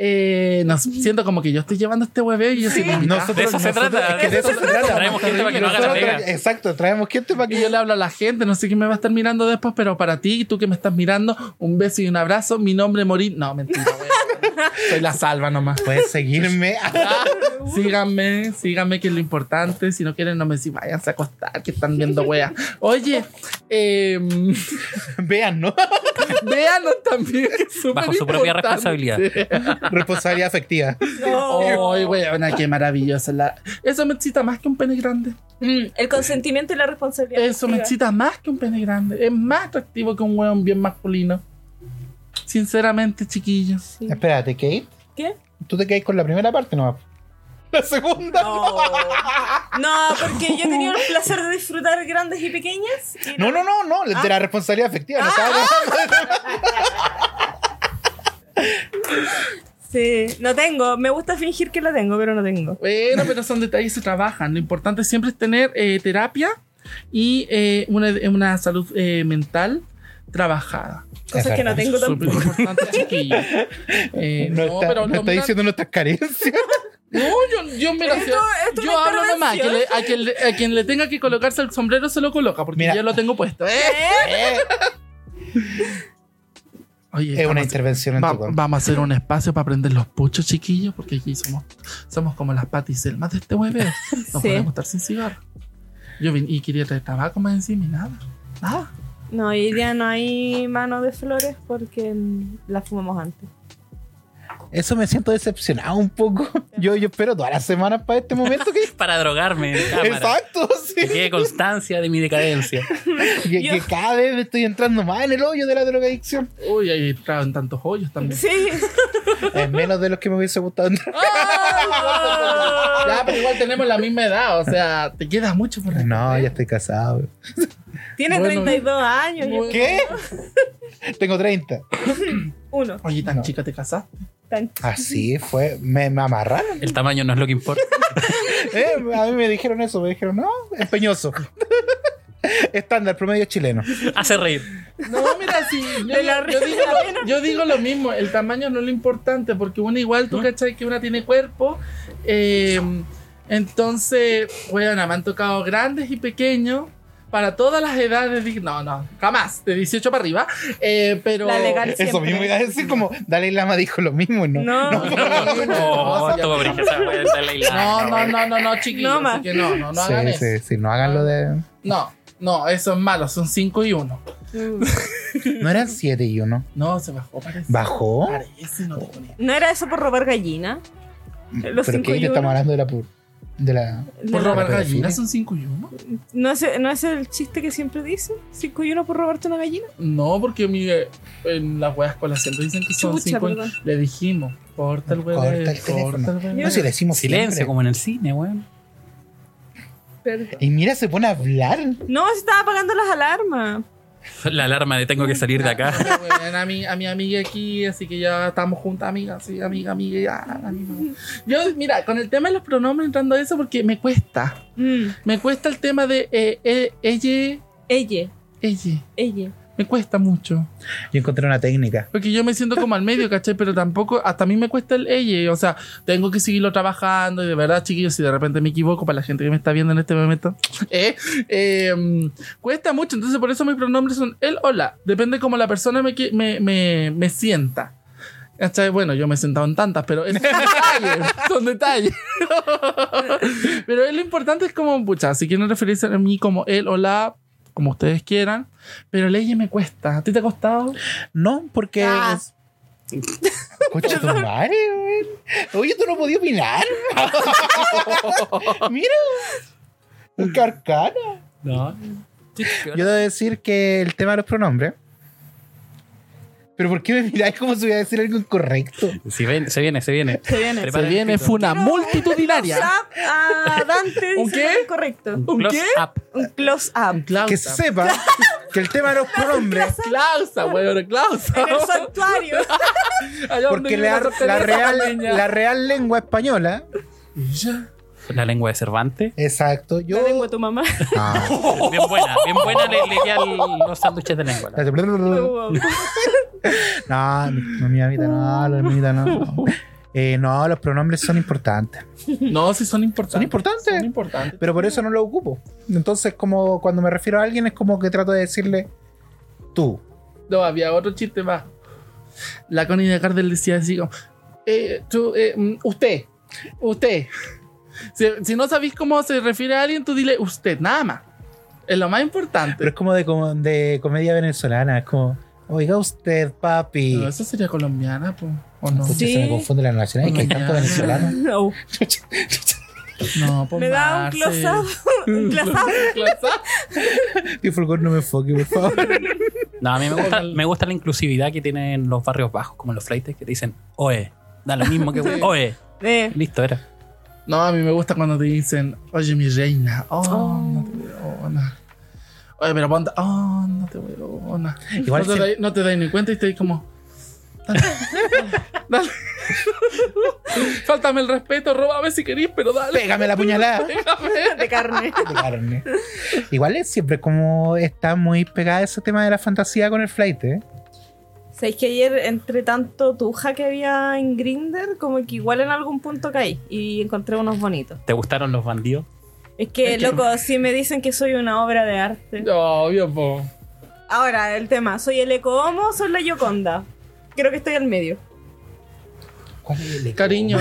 Speaker 4: Eh, no, siento como que yo estoy llevando este hueveo y yo soy
Speaker 1: Sí.
Speaker 4: la invitada.
Speaker 2: Nosotros-
Speaker 3: De eso se
Speaker 2: nosotros-
Speaker 3: trata.
Speaker 2: es que de eso se trata.
Speaker 3: Traemos gente para que no haga la
Speaker 2: Nosotros
Speaker 3: pega.
Speaker 2: tra- Exacto, traemos gente para
Speaker 4: que
Speaker 2: que
Speaker 4: yo le hablo a la gente, no sé quién me va a estar mirando después, pero para ti, tú que me estás mirando, un beso y un abrazo. Mi nombre Morín. No, mentira, weón. Soy la salva nomás.
Speaker 2: puedes seguirme.
Speaker 4: Síganme, síganme, que es lo importante. Si no quieren, no me si vayan a acostar, que están viendo wea. Oye, eh,
Speaker 2: Vean, ¿no?
Speaker 4: véanos también. Que es
Speaker 3: Bajo su propia responsabilidad.
Speaker 2: Responsabilidad afectiva.
Speaker 4: Oh, Ay,
Speaker 1: No.
Speaker 4: weona, qué maravillosa. La... Eso me excita más que un pene grande.
Speaker 1: Mm, El consentimiento y la responsabilidad.
Speaker 4: Eso me
Speaker 1: afectiva.
Speaker 4: excita más que un pene grande. Es más atractivo que un weón bien masculino. Sinceramente, chiquillos.
Speaker 1: Sí.
Speaker 2: Espérate, Kate.
Speaker 1: ¿Qué?
Speaker 2: Tú te quedas con la primera parte nomás. La segunda. No,
Speaker 1: No. No, porque yo he tenido el placer de disfrutar grandes y pequeñas. y
Speaker 2: no, no, no. la-
Speaker 3: Ah.
Speaker 2: De la responsabilidad afectiva. no estaba hablando de-
Speaker 1: Sí, no tengo. Me gusta fingir que la tengo, pero no tengo.
Speaker 4: Bueno, pero son detalles que se trabajan. Lo importante siempre es tener eh, terapia y eh, una, una salud eh, mental trabajada.
Speaker 1: Cosas que no
Speaker 2: verdad.
Speaker 1: tengo
Speaker 4: Súper
Speaker 1: tampoco.
Speaker 4: importante, chiquillos. Eh,
Speaker 2: No,
Speaker 4: no,
Speaker 2: está, no
Speaker 4: pero lo
Speaker 2: está
Speaker 4: miran-
Speaker 2: diciendo nuestras carencias.
Speaker 4: No, yo, yo me la
Speaker 1: Esto- esto es
Speaker 4: Yo
Speaker 1: una
Speaker 4: hablo nomás. que le-
Speaker 1: intervención.
Speaker 4: a, quien le, a quien le tenga que colocarse el sombrero se lo coloca, porque
Speaker 2: Mira.
Speaker 4: yo lo tengo puesto. ¿eh?
Speaker 1: ¿Eh?
Speaker 4: Oye,
Speaker 2: Es una
Speaker 4: estamos-
Speaker 2: intervención en
Speaker 4: Va-
Speaker 2: tu contra.
Speaker 4: vamos a hacer un espacio para aprender los puchos, chiquillos, porque aquí somos, somos como las patis más de este hueveo. No
Speaker 1: Sí.
Speaker 4: podemos estar sin cigarro. Yo vine y quería traer tabaco más encima y nada. Nada.
Speaker 1: No, hoy día no hay mano de flores porque mm, la fumamos antes.
Speaker 2: Eso me siento decepcionado un poco. Yo, yo espero todas las semanas para este momento. Que...
Speaker 3: Para drogarme en cámara.
Speaker 2: Exacto,
Speaker 3: Que
Speaker 2: sí.
Speaker 3: quede constancia de mi decadencia.
Speaker 2: Que, que cada vez me estoy entrando más en el hoyo de la drogadicción.
Speaker 4: Uy, ahí entraron tantos hoyos también.
Speaker 1: Sí.
Speaker 2: Es menos de los que me hubiese gustado entrar.
Speaker 1: Ah.
Speaker 4: Ya, pero igual tenemos la misma edad, o sea, te quedas mucho por
Speaker 2: No, ya estoy casado.
Speaker 1: Tiene
Speaker 4: Bueno,
Speaker 1: 32 años. yo-
Speaker 4: Bueno.
Speaker 2: ¿Qué? Tengo 30.
Speaker 1: Uno.
Speaker 4: Oye, tan
Speaker 2: No.
Speaker 4: chica te casaste.
Speaker 1: Tan-
Speaker 2: Así fue. Me, me amarraron.
Speaker 3: El tamaño no es lo que importa.
Speaker 2: Eh, a mí me dijeron eso. Me dijeron, no, empeñoso. Estándar, promedio chileno.
Speaker 3: Hace reír.
Speaker 4: No, mira, sí. Yo,
Speaker 1: De la
Speaker 4: yo digo,
Speaker 1: risa,
Speaker 4: lo, yo digo lo mismo, el tamaño no es lo importante, porque una igual, tú cachai que una tiene cuerpo. eh, entonces, bueno, me han tocado grandes y pequeños. para todas las edades. Dije, no, no, jamás, de 18 para arriba. Eh, pero.
Speaker 1: La legal
Speaker 2: Eso
Speaker 1: siempre.
Speaker 2: mismo iba a decir como Dalai Lama dijo lo mismo, ¿no?
Speaker 1: No.
Speaker 3: Oh,
Speaker 4: ya-
Speaker 3: todo brilla esa wea de la isla.
Speaker 4: No, no, no, no, no, chiquillos.
Speaker 1: No Ah. más.
Speaker 4: así que no, no, no
Speaker 2: Ah, sí,
Speaker 4: hagan eso.
Speaker 2: sí, sí, no hagan lo de.
Speaker 4: No, no, eso es malo, son 5 y 1.
Speaker 1: Mm.
Speaker 2: No eran 7 y 1.
Speaker 4: No, se bajó, parece.
Speaker 2: ¿Bajó?
Speaker 4: Parece, no tengo ni idea.
Speaker 1: ¿No era eso por robar gallina? Los
Speaker 2: ¿Pero
Speaker 1: cinco
Speaker 2: qué
Speaker 1: y
Speaker 2: te estamos
Speaker 1: uno.
Speaker 2: hablando de la pur- de la
Speaker 4: Por
Speaker 2: la-
Speaker 4: robar
Speaker 2: la
Speaker 4: gallinas
Speaker 2: pedofilia.
Speaker 4: son 5 y 1.
Speaker 1: ¿No es, ¿No es el chiste que siempre dicen? ¿Cinco y uno por robarte una gallina?
Speaker 4: No, porque mi, eh, en las weas con la centro dicen que son
Speaker 1: Chucha,
Speaker 4: 5
Speaker 1: perdón.
Speaker 4: Le dijimos, corta el
Speaker 2: Corta el
Speaker 4: bebé, corta
Speaker 2: teléfono.
Speaker 4: el bebé.
Speaker 2: No, si le decimos
Speaker 3: Silencio,
Speaker 2: siempre.
Speaker 3: como en el cine, weón.
Speaker 1: Perdón.
Speaker 2: Y mira, se pone a hablar.
Speaker 1: No, se estaba apagando las alarmas.
Speaker 3: La alarma de tengo que salir de acá.
Speaker 4: Me huevean a mi, a mi amiga aquí, así que ya estamos juntas, amigas, sí, amiga, amiga, ya, amiga. Yo, mira, con el tema de los pronombres entrando a eso, porque me cuesta.
Speaker 1: Mm,
Speaker 4: Me cuesta el tema de eh, eh, ella,
Speaker 1: Ella,
Speaker 4: ella.
Speaker 1: ella.
Speaker 4: Me cuesta mucho.
Speaker 2: Yo encontré una técnica.
Speaker 4: Porque yo me siento como al medio, ¿cachai? Pero tampoco, hasta a mí me cuesta el ella. O sea, tengo que seguirlo trabajando. Y de verdad, chiquillos, si de repente me equivoco, para la gente que me está viendo en este momento, eh, eh, mm, cuesta mucho. Entonces, por eso mis pronombres son él o la. Depende como la persona me, que- me, me, me sienta. ¿Cachai? Bueno, yo me he sentado en tantas, pero esos son detalles. Son detalles. pero es lo importante es como, pucha, si quieren referirse a mí como él o la, como ustedes quieran. Pero el ella me cuesta. ¿A ti te ha costado?
Speaker 2: No, porque.
Speaker 1: Ah.
Speaker 2: es- Concha tu madre, weón. Oye, tú no podías opinar. mira. Un carcana.
Speaker 3: No.
Speaker 2: Yo debo decir que el tema de los pronombres. Pero ¿por qué me miráis como si voy a decir algo incorrecto?
Speaker 3: Si ven, se viene, se viene.
Speaker 1: Se viene.
Speaker 3: Prepara
Speaker 4: Se
Speaker 3: el
Speaker 4: viene
Speaker 3: pito.
Speaker 4: funa multitudinaria.
Speaker 1: Zap a ah, Dante
Speaker 4: ¿Un
Speaker 1: dice
Speaker 4: qué?
Speaker 1: lo incorrecto.
Speaker 3: Un
Speaker 4: ¿Un
Speaker 3: close
Speaker 4: qué?
Speaker 3: up.
Speaker 1: Un close up.
Speaker 4: Clausa.
Speaker 2: Que sepa que el tema de los pronombres.
Speaker 4: Clausa, weón, Clausa.
Speaker 1: En el santuario.
Speaker 4: Allá donde
Speaker 2: Porque
Speaker 4: vive
Speaker 2: la,
Speaker 4: Santa
Speaker 2: la
Speaker 4: Teresa,
Speaker 2: real,
Speaker 4: niña.
Speaker 2: la real lengua española.
Speaker 4: Ya.
Speaker 3: La lengua de Cervantes.
Speaker 2: Exacto.
Speaker 1: La
Speaker 2: Yo.
Speaker 1: lengua de tu mamá.
Speaker 2: Ah.
Speaker 3: Bien buena, bien buena le, le quedan los sándwiches de lengua.
Speaker 2: Hace No, no, mi mamita, no, la mamita, no. Eh, no, los pronombres son importantes.
Speaker 4: No, sí son importantes.
Speaker 2: Son importantes.
Speaker 4: Son importantes.
Speaker 2: Pero por eso no los ocupo. Entonces, como cuando me refiero a alguien, es como que trato de decirle tú.
Speaker 4: No, había otro chiste más. La Connie de Cardel decía así como, eh, tú, eh, mm, usted, usted. Si, si no sabéis cómo se refiere a alguien, tú dile usted, nada más. Es lo más
Speaker 2: Pero
Speaker 4: importante.
Speaker 2: es como de, como de comedia venezolana. Es como, oiga usted, papi.
Speaker 4: No, eso sería colombiana, po, ¿o no?
Speaker 2: Pucha,
Speaker 1: Sí.
Speaker 2: Se me confunde la nacional. Es que hay tanto
Speaker 4: Ya.
Speaker 2: venezolano.
Speaker 1: No.
Speaker 4: No, po,
Speaker 1: Me da un
Speaker 4: Marce.
Speaker 1: close up. Un close up.
Speaker 4: Close up.
Speaker 2: Y Fulgor no me enfoque, por favor.
Speaker 3: No, a mí me gusta, me gusta la inclusividad que tienen los barrios bajos, como los fleites, que te dicen, oe, da lo mismo que oe.
Speaker 1: Eh,
Speaker 3: Listo, era.
Speaker 4: No, a mí me gusta cuando te dicen, oye, mi reina, oh, no te weona. Oye, pero ponte, oh, no te weona.
Speaker 2: Igual
Speaker 4: no, te
Speaker 2: si-
Speaker 4: dais- no te dais ni cuenta y estoy como, dale, dale. dale. Fáltame el respeto, róbame si querís, pero dale.
Speaker 2: Pégame la puñalada.
Speaker 1: de carne.
Speaker 2: de carne. Igual es siempre como está muy pegada ese tema de la fantasía con el flight, ¿eh?
Speaker 1: Sabéis que ayer, entre tanto tuja que había en Grinder, como que igual en algún punto caí y encontré unos bonitos.
Speaker 3: ¿Te gustaron los bandidos?
Speaker 1: Es que,
Speaker 4: Es que-
Speaker 1: loco, si me dicen que soy una obra de arte.
Speaker 4: No, obvio, po.
Speaker 1: Ahora, el tema, ¿soy el Eco Homo o soy la Yoconda? Creo que estoy al medio.
Speaker 2: ¿Cuál es el
Speaker 4: Cariño.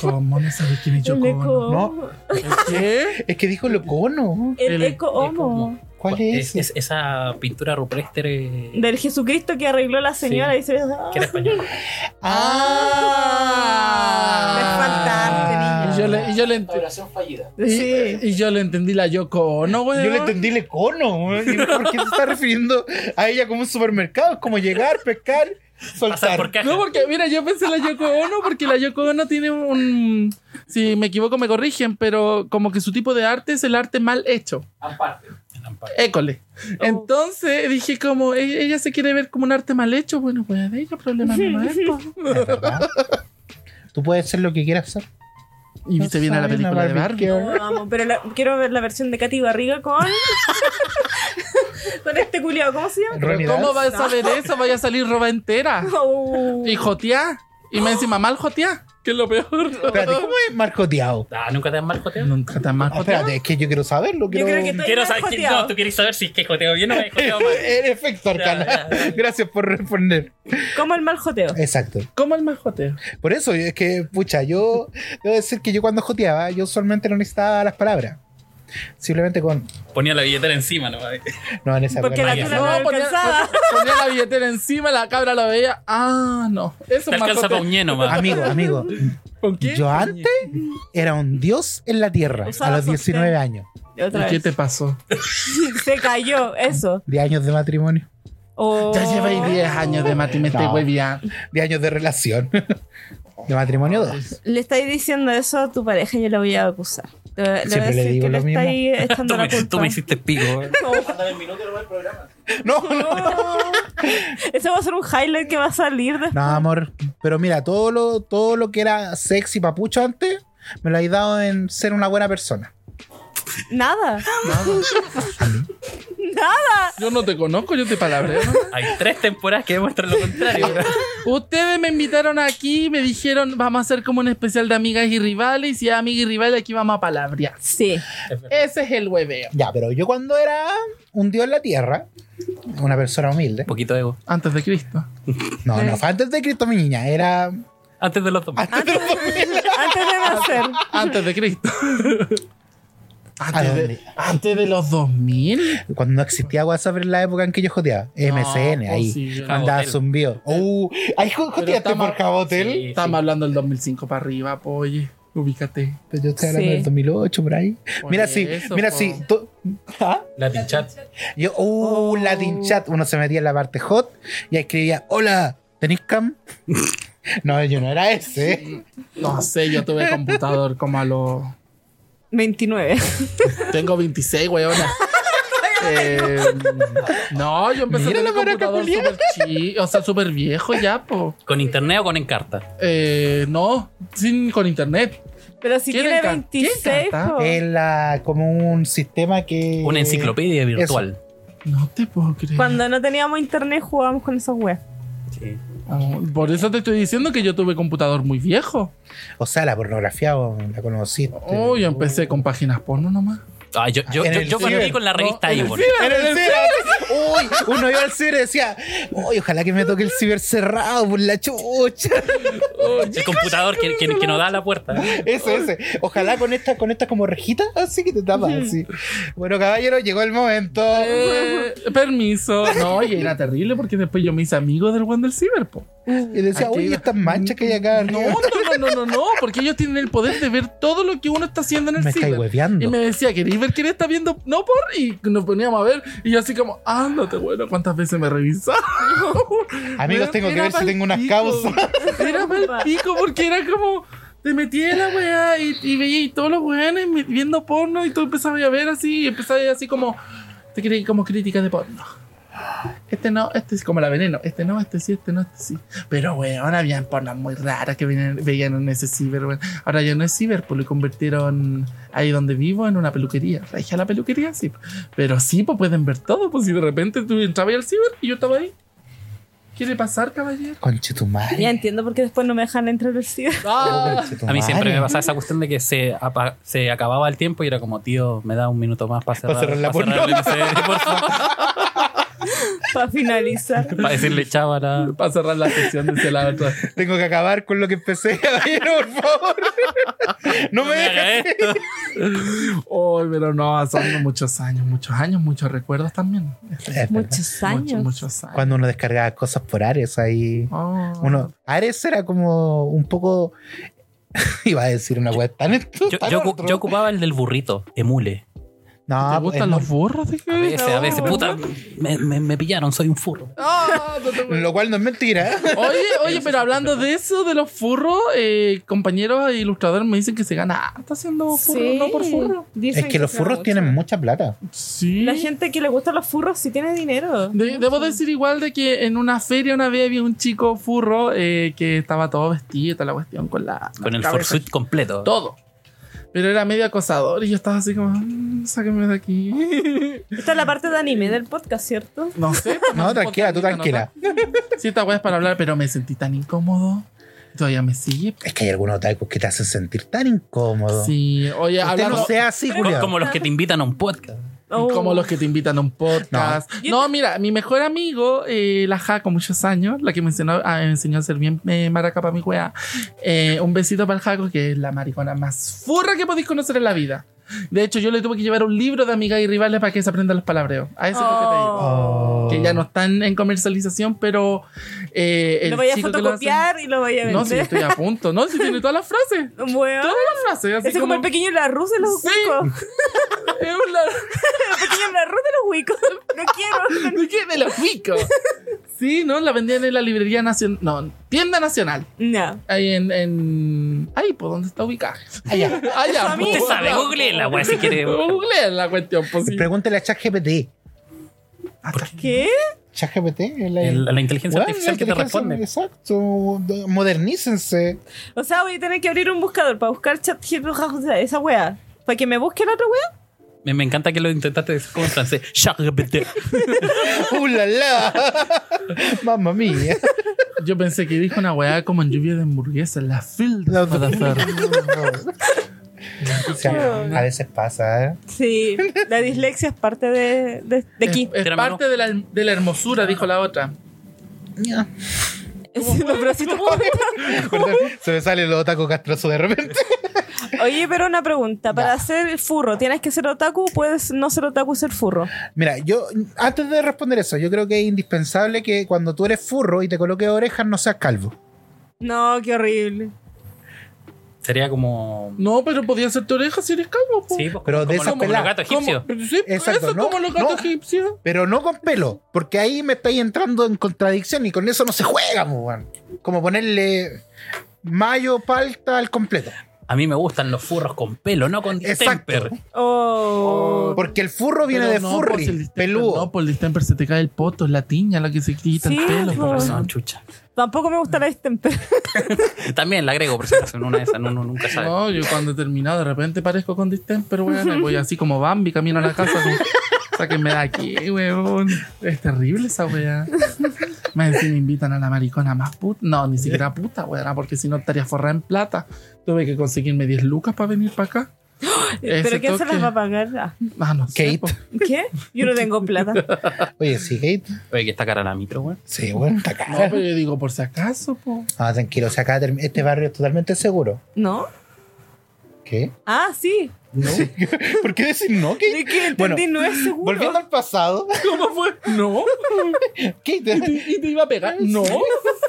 Speaker 4: ¿Cómo no sabes quién es
Speaker 1: el Eco
Speaker 4: Yoko?
Speaker 1: Homo.
Speaker 4: ¿Qué?
Speaker 2: Es que dijo Locono.
Speaker 1: El,
Speaker 4: El
Speaker 1: Eco Homo.
Speaker 2: ¿Cuál es?
Speaker 3: Es- esa pintura rupestre
Speaker 1: Del Jesucristo que arregló la señora y se ve. "Ah".
Speaker 3: que era española.
Speaker 2: ¡Ah!
Speaker 1: Me falta arte,
Speaker 4: Ah, Y yo le, y yo le, ent-
Speaker 5: Oración fallida.
Speaker 1: Ah, Sí.
Speaker 4: y, y yo le entendí la Yoko, ¿no, weón?
Speaker 2: Yo le entendí Lecono. ¿eh? ¿Y ¿Por qué se está refiriendo a ella como un supermercado? Es como llegar, pescar,
Speaker 3: Pasar
Speaker 2: soltar.
Speaker 3: por caja.
Speaker 4: No, porque mira, yo pensé en la Yoko Ono, porque la Yoko Ono tiene un. Si me equivoco, me corrigen, pero como que su tipo de arte es el arte mal hecho.
Speaker 5: Aparte.
Speaker 4: École. Entonces dije, como e- ella se quiere ver como un arte mal hecho, bueno, pues de ella, problema no es. po.
Speaker 2: Es verdad. Tú puedes ser lo que quieras ser.
Speaker 4: Y viste bien a la
Speaker 2: Soy una
Speaker 4: película de
Speaker 2: Barbie
Speaker 4: Barbie.
Speaker 1: No, vamos, pero la- quiero ver la versión de Katy Barriga con. con este culiao, ¿cómo se llama?
Speaker 2: Girl. Ronnie
Speaker 4: Pero ¿Cómo
Speaker 2: Dance.
Speaker 4: vas a ver eso? Vaya a salir roba entera.
Speaker 1: Oh.
Speaker 4: Y joteá. Y me encima mal joteá. que es lo peor.
Speaker 2: Espérate, ¿cómo es marcoteado?
Speaker 3: Ah, nunca te han marcoteado.
Speaker 4: Nunca tan mal.
Speaker 2: Ah, espérate, es que yo quiero saberlo. Quiero...
Speaker 1: creo que tú-
Speaker 3: Quiero
Speaker 1: Estoy
Speaker 3: saber que,
Speaker 1: marcoteado.
Speaker 3: no, tú quieres saber si es que joteo bien o me joteo mal.
Speaker 2: En efecto,
Speaker 3: Ya,
Speaker 2: Arcana.
Speaker 3: ya, ya.
Speaker 2: Gracias por responder.
Speaker 1: Como el mal joteo.
Speaker 2: Exacto.
Speaker 4: ¿Cómo el majoteo?
Speaker 2: Por eso es que, pucha, yo debo decir que yo cuando joteaba, yo usualmente no necesitaba las palabras. Simplemente con.
Speaker 3: Ponía la billetera encima, ¿no?
Speaker 2: No, en esa
Speaker 1: Porque la
Speaker 2: época
Speaker 1: tula
Speaker 2: no.
Speaker 1: no
Speaker 4: ponía,
Speaker 1: alcanzaba.
Speaker 4: ponía la billetera encima, la cabra la veía. Ah, no. Eso
Speaker 3: Te
Speaker 4: es
Speaker 3: alcanza para un
Speaker 4: majoteo.
Speaker 3: ñeno, más.
Speaker 2: Amigo, amigo.
Speaker 4: ¿Con qué?
Speaker 2: Yo antes era un dios en la tierra
Speaker 1: Usaba
Speaker 2: a los 19 años.
Speaker 1: Otra
Speaker 4: ¿Y qué
Speaker 1: vez.
Speaker 4: te pasó?
Speaker 1: Se cayó, eso.
Speaker 2: 10 años de matrimonio.
Speaker 1: O-
Speaker 4: Ya lleváis 10 años de Mati, me estoy
Speaker 2: No.
Speaker 4: hueviando.
Speaker 2: 10 años de relación. De matrimonio 2.
Speaker 1: Le estáis diciendo eso a tu pareja, yo la voy a acusar. Te- Le, voy
Speaker 2: Siempre
Speaker 1: a
Speaker 2: le
Speaker 1: decir
Speaker 2: digo
Speaker 1: que
Speaker 2: lo
Speaker 1: le
Speaker 2: mismo.
Speaker 1: estáis
Speaker 3: Tú
Speaker 1: echando la
Speaker 3: me,
Speaker 1: culpa.
Speaker 3: tú me hiciste pico.
Speaker 5: Mándame el minuto nomás el programa.
Speaker 2: No, no.
Speaker 1: Ese va a ser un highlight que va a salir de...
Speaker 2: No, amor. Pero mira, todo lo, todo lo que era sexy papucho antes, me lo habéis dado en ser una buena persona.
Speaker 1: Nada.
Speaker 4: Yo no te conozco, yo te palabreo. ¿no?
Speaker 3: Hay tres temporadas que demuestran lo contrario.
Speaker 4: Ustedes me invitaron aquí, me dijeron, vamos a hacer como un especial de amigas y rivales, y a amigas y rivales aquí vamos a palabrear.
Speaker 1: Sí.
Speaker 4: Ese es el hueveo.
Speaker 2: Ya, pero yo cuando era un dios en la tierra, una persona humilde.
Speaker 3: Un poquito de ego.
Speaker 4: Antes de Cristo.
Speaker 2: No, no, fue antes de Cristo, mi niña. Era.
Speaker 3: Antes de los dos.
Speaker 4: Ah,
Speaker 1: Antes de nacer.
Speaker 4: Antes de Cristo. Antes,
Speaker 2: dónde?
Speaker 4: de, antes de los 2000.
Speaker 2: Cuando no existía WhatsApp en la época en que yo joteaba. MSN,
Speaker 4: pues
Speaker 2: ahí.
Speaker 4: sí, yo no.
Speaker 2: andaba
Speaker 3: Jabotel.
Speaker 2: zumbido. Uh, ahí jo- joteaste
Speaker 4: estamos-
Speaker 2: por Jabotel.
Speaker 3: Sí.
Speaker 4: Estamos hablando del 2005 para arriba, po, oye. Ubícate.
Speaker 2: Pero Pues yo estoy hablando
Speaker 1: Sí.
Speaker 2: del 2008, por ahí.
Speaker 4: Por
Speaker 2: mira, sí,
Speaker 4: eso,
Speaker 2: mira,
Speaker 4: po.
Speaker 2: sí. tú- ¿Ah?
Speaker 3: Latin chat.
Speaker 2: Yo, uh,
Speaker 4: Oh.
Speaker 2: Latin chat. Uno se metía en la parte hot y ahí escribía, hola, ¿tenéis cam? no, yo no era ese.
Speaker 4: No sé, yo tuve computador como a los.
Speaker 1: 29.
Speaker 4: Tengo 26, güey, ahora. Eh, no, yo empecé
Speaker 2: Mira
Speaker 4: con
Speaker 2: la
Speaker 4: un
Speaker 2: maraca
Speaker 4: computador
Speaker 2: culiada.
Speaker 4: súper chi- o sea, súper viejo ya, po.
Speaker 3: ¿Con internet o con encarta?
Speaker 4: Eh, no, sin, con internet.
Speaker 1: Pero si
Speaker 4: ¿Quién
Speaker 1: tiene pues,
Speaker 4: encan-
Speaker 1: 26,
Speaker 4: quién canta?
Speaker 1: po.
Speaker 2: Era como un sistema que...
Speaker 3: Una enciclopedia virtual.
Speaker 4: No te puedo creer.
Speaker 1: cuando no teníamos internet jugábamos con esas weas.
Speaker 3: Sí.
Speaker 4: Oh, por eso te estoy diciendo que yo tuve computador muy viejo.
Speaker 2: O sea, la pornografía o la conociste.
Speaker 4: Oh, yo empecé con páginas porno nomás.
Speaker 3: Ah, yo, yo,
Speaker 2: En
Speaker 3: yo,
Speaker 2: el
Speaker 3: yo conocí
Speaker 2: ciber,
Speaker 3: con la revista
Speaker 4: No, en el
Speaker 3: Ivor.
Speaker 4: ciber.
Speaker 2: Era el ciber. Uy, uno iba al ciber y decía, uy, ojalá que me toque el ciber cerrado por la chucha.
Speaker 3: El computador que, que, que nos da la puerta.
Speaker 2: Ese, ese. Ojalá con esta, con esta como rejita, así que te tapas así. Bueno, caballero, llegó el momento.
Speaker 4: Eh, permiso. No, y era terrible porque después yo me hice amigo del One del Ciber, po.
Speaker 2: Y decía,
Speaker 4: Aquí
Speaker 2: uy,
Speaker 4: va.
Speaker 2: estas manchas que hay acá.
Speaker 4: No,
Speaker 2: arriba".
Speaker 4: no, no, no, no, no, porque ellos tienen el poder de ver todo lo que uno está haciendo en el
Speaker 2: me estáis
Speaker 4: ciber. Y
Speaker 2: hueveando.
Speaker 4: me decía, ¿queréis ver quién está viendo? No por, y nos poníamos a ver, y yo así como, ándate, bueno, ¿cuántas veces me revisaron?
Speaker 2: Amigos, tengo que ver si tengo unas causas.
Speaker 4: Era mal pico, porque era como, te metía en la weá y, y veía y todos los weones me- viendo porno, y tú empezabas a ver así, y empezabas así como, te creí como crítica de porno. Este no, este es como la veneno, este no, este sí, este no, este sí. Pero weón, habían porno muy raras que venían- veían en ese ciber, weón. Ahora ya no es ciber, pues lo convirtieron ahí donde vivo en una peluquería. Regia la peluquería, sí. Pero sí, pues pueden ver todo, pues si de repente tú entrabas al ciber y yo estaba ahí. ¿Quiere pasar, caballero?
Speaker 2: Conche tu
Speaker 1: Ya
Speaker 2: madre.
Speaker 1: entiendo por qué después no me dejan entrar al ciber.
Speaker 2: Conche tu
Speaker 3: A mí siempre me
Speaker 2: madre.
Speaker 3: pasaba esa cuestión de que se, apa- se acababa el tiempo y era como, tío, me da un minuto más para cerrar,
Speaker 2: cerrar la
Speaker 3: pa' cerrar el MCR, por favor,
Speaker 1: Para finalizar.
Speaker 3: para decirle chao a la...
Speaker 4: Para cerrar la sesión, dice la otra.
Speaker 2: Tengo que acabar con lo que empecé, caballero, por favor. No me dejes.
Speaker 3: haga esto.
Speaker 4: Oh, pero no, son muchos años, muchos años, muchos recuerdos también.
Speaker 2: Es verdad.
Speaker 1: Muchos
Speaker 4: Muchos,
Speaker 1: años.
Speaker 4: muchos años.
Speaker 2: Cuando uno descargaba cosas por Ares ahí.
Speaker 4: Oh.
Speaker 2: Uno, Ares era como un poco. Iba a decir una web tan
Speaker 3: Yo,
Speaker 2: estúpida.
Speaker 3: yo ocu- yo ocupaba el del burrito, emule.
Speaker 2: no, pues,
Speaker 4: ¿Te gustan
Speaker 2: no.
Speaker 4: los burros?
Speaker 3: A
Speaker 4: Dije?
Speaker 3: veces, a veces, puta, me, me- me pillaron, soy un furro.
Speaker 4: Ah, no te puedo-
Speaker 2: Lo cual no es mentira.
Speaker 4: Oye, oye, pero hablando de eso, de los furros, eh, compañeros e ilustradores me dicen que se gana harto haciendo furro, no por furro.
Speaker 2: Es que los furros tienen mucha plata.
Speaker 4: Sí.
Speaker 1: La gente que le gustan los furros sí tiene dinero.
Speaker 4: De- debo decir igual de que en una feria una vez había un chico furro eh, que estaba todo vestido, y toda la cuestión, con la
Speaker 3: Con el
Speaker 4: cabeza
Speaker 3: fursuit completo.
Speaker 4: todo. Pero era medio acosador y yo estaba así como, "Mm, sáquenme de aquí.
Speaker 1: Esta es la parte de anime del podcast, ¿cierto?
Speaker 4: No sé.
Speaker 2: pues, No, tranquila, tú tranquila.
Speaker 4: Sí, esta weá es para hablar, pero me sentí tan incómodo. Todavía me sigue.
Speaker 2: Es que hay algunos otakus que te hacen sentir tan incómodo.
Speaker 4: Sí, oye,
Speaker 2: Usted
Speaker 4: hablando
Speaker 2: no sea así,
Speaker 1: Pero-
Speaker 2: culiao.
Speaker 3: Como los que te invitan a un podcast.
Speaker 1: Oh.
Speaker 4: como los que te invitan a un podcast.
Speaker 1: No.
Speaker 4: No, mira, mi mejor amigo, eh, la Jaco, muchos años, la que me enseñó, ah, me enseñó a ser bien eh, maraca para mi wea. Eh, un besito para el Jaco, que es la maricona más furra que podéis conocer en la vida. De hecho, yo le tuve que llevar un libro de amigas y rivales para que se aprendan los palabreos. A eso es lo que te digo.
Speaker 1: Oh.
Speaker 4: que ya no están en comercialización, pero eh, el
Speaker 1: Lo voy a
Speaker 4: chico que lo hace-
Speaker 1: fotocopiar y lo voy a
Speaker 4: No, si
Speaker 1: vender.
Speaker 4: estoy a punto. No, si tiene todas las frases.
Speaker 1: Bueno,
Speaker 4: Todas las frases. Así
Speaker 1: ese como el pequeño la rusa de los
Speaker 4: Sí.
Speaker 1: huicos.
Speaker 4: es una-
Speaker 1: El pequeño la rusa de los huicos. No quiero.
Speaker 4: ¿De qué? De los picos. Sí, ¿no? La vendían en la librería nacional. No, tienda nacional.
Speaker 1: No.
Speaker 4: Ahí en. en... Ay, ¿por dónde está ubicada?
Speaker 2: Ah,
Speaker 4: Allá. Allá.
Speaker 1: Eso,
Speaker 3: Usted
Speaker 1: amigo.
Speaker 4: po.
Speaker 3: sabe, google la wea si quiere.
Speaker 4: Google la cuestión, pues sí.
Speaker 2: Pregúntale a ChatGPT.
Speaker 1: ¿Qué?
Speaker 2: ChatGPT es la,
Speaker 3: El- la inteligencia
Speaker 2: Weón,
Speaker 3: artificial
Speaker 2: la
Speaker 3: que te
Speaker 2: inteligencia-
Speaker 3: responde.
Speaker 2: Exacto. Modernícense.
Speaker 1: O sea, voy a tener que abrir un buscador para buscar chat esa wea. Para que me busque la otra wea.
Speaker 3: Me, me encanta que lo intentaste decir como en francés. ChatGPT.
Speaker 2: ¡Uh, la, la! Mamma mía.
Speaker 4: Yo pensé que dijo una weá como en lluvia de hamburguesas. La field.
Speaker 2: La-
Speaker 4: motherfucker.
Speaker 2: O sea, a veces pasa, ¿eh?
Speaker 1: Sí. La dislexia es parte de, de, de aquí.
Speaker 4: Es, es
Speaker 3: Trámelo.
Speaker 4: parte de la, de la hermosura, dijo la otra.
Speaker 1: Sí, los bracitos
Speaker 2: Perdón, se me sale el otaku castroso de repente.
Speaker 1: Oye, pero una pregunta. Para ser furro, ¿tienes que ser otaku o puedes no ser otaku y ser furro?
Speaker 2: Mira, yo, antes de responder eso, yo creo que es indispensable que cuando tú eres furro y te coloques orejas, no seas calvo.
Speaker 1: No, qué horrible.
Speaker 3: Sería como.
Speaker 4: No, pero podía ser tu oreja si eres calvo, po.
Speaker 3: Sí, pues,
Speaker 2: Pero de
Speaker 3: como,
Speaker 2: esas
Speaker 3: como los
Speaker 2: peladas.
Speaker 3: gatos egipcios.
Speaker 4: Como- sí, pues,
Speaker 2: Exacto,
Speaker 4: eso es
Speaker 2: ¿no?
Speaker 4: como los gatos
Speaker 2: No.
Speaker 4: egipcios.
Speaker 2: Pero no con pelo, porque ahí me estáis entrando en contradicción y con eso no se juega, muy Como ponerle mayo palta al completo.
Speaker 3: A mí me gustan los furros con pelo, no con
Speaker 2: Exacto.
Speaker 3: temper.
Speaker 1: Oh.
Speaker 2: Porque el furro viene
Speaker 4: Pero
Speaker 2: de
Speaker 4: no, pues,
Speaker 2: furry,
Speaker 4: el distemper-
Speaker 2: peludo.
Speaker 4: No, pues, por el distemper se te cae el poto, es la tiña la que se quita
Speaker 1: Sí,
Speaker 4: el pelo.
Speaker 1: po.
Speaker 4: por
Speaker 3: Razón,
Speaker 4: razón.
Speaker 3: chucha.
Speaker 1: Tampoco me gusta la este, distempera.
Speaker 3: También la agrego, por si acaso, en una de esas uno nunca sabe.
Speaker 4: No, yo cuando he terminado de repente parezco con distemper, weón. y Voy así como Bambi, camino a la casa. Como, sáquenme de aquí, weón. Es terrible esa weá. Más encima invitan a la maricona más puta. No, ni siquiera puta, weón, porque si no estaría forrada en plata. Tuve que conseguirme 10 lucas para venir para acá. Ese
Speaker 1: ¿Pero quién se las
Speaker 4: toque.
Speaker 1: va a pagar? Ah,
Speaker 4: Ah, no sé,
Speaker 2: Kate.
Speaker 4: po.
Speaker 1: ¿Qué? Yo no tengo plata.
Speaker 2: Oye, sí, Kate.
Speaker 3: Oye, que está cara la micro, weón.
Speaker 2: Sí, bueno, está
Speaker 4: No,
Speaker 2: cara.
Speaker 4: pero yo digo, por si acaso, po.
Speaker 2: Ah, tranquilo, o sea, acá termi- este barrio es totalmente seguro.
Speaker 1: ¿No?
Speaker 2: ¿Qué?
Speaker 1: Ah, sí.
Speaker 2: ¿Por qué decir no, Kate?
Speaker 1: Es que
Speaker 2: Bueno,
Speaker 1: entendí, no es seguro.
Speaker 2: Volviendo al pasado,
Speaker 4: ¿Cómo fue? No.
Speaker 2: Kate,
Speaker 4: ¿Y te iba a pegar? No.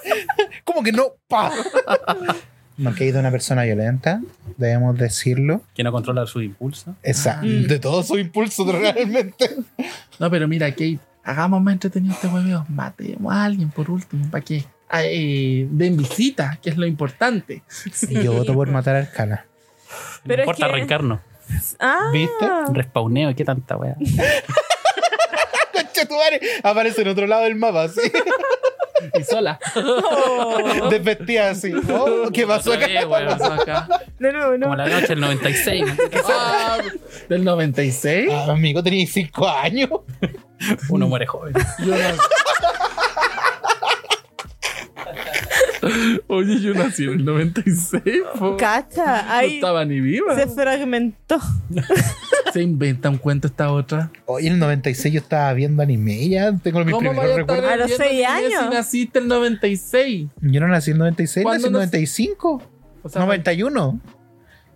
Speaker 2: ¿cómo que no? Pa. No, Kate es una persona violenta, debemos decirlo.
Speaker 3: Que no controla su impulso.
Speaker 2: Esa, de todo su impulso realmente.
Speaker 4: No, pero mira, Kate, hagamos más entretenido este hueveo. Matemos a alguien por último, ¿para qué? Ah, eh, den visita, que es lo importante.
Speaker 2: Y yo voto por matar a Arcana.
Speaker 3: No
Speaker 1: Pero es
Speaker 3: importa
Speaker 1: que-
Speaker 3: arrancarnos.
Speaker 1: Ah,
Speaker 2: ¿Viste?
Speaker 3: Respawneo, qué tanta weá.
Speaker 2: Concha tu madre, Aparece en otro lado del mapa, así.
Speaker 4: Y sola.
Speaker 1: oh.
Speaker 2: Desvestida así. Oh, ¿Qué pasó acá?
Speaker 3: Eh, weón,
Speaker 4: Pasó acá.
Speaker 1: De nuevo,
Speaker 3: Como
Speaker 1: no.
Speaker 3: la noche del 96.
Speaker 4: Ah, Del 96.
Speaker 2: Ah, amigo, tenías cinco años.
Speaker 3: Uno muere joven.
Speaker 4: Yo nací- Oye, yo nací en el 96. po.
Speaker 1: Cacha,
Speaker 4: No
Speaker 1: ahí
Speaker 4: estaba ni viva.
Speaker 1: se fragmentó.
Speaker 4: Se inventa un cuento esta otra.
Speaker 2: Hoy en el 96 yo estaba viendo anime ya. Tengo mis
Speaker 4: ¿Cómo vaya
Speaker 2: primeros
Speaker 4: a estar
Speaker 2: recuerdos.
Speaker 1: A los
Speaker 4: viendo
Speaker 1: seis
Speaker 4: anime
Speaker 1: años.
Speaker 4: Si naciste el 96.
Speaker 2: Yo no nací en 96, nací
Speaker 4: ¿Cuándo
Speaker 2: en
Speaker 4: nac-
Speaker 2: 95.
Speaker 4: O sea,
Speaker 2: 91.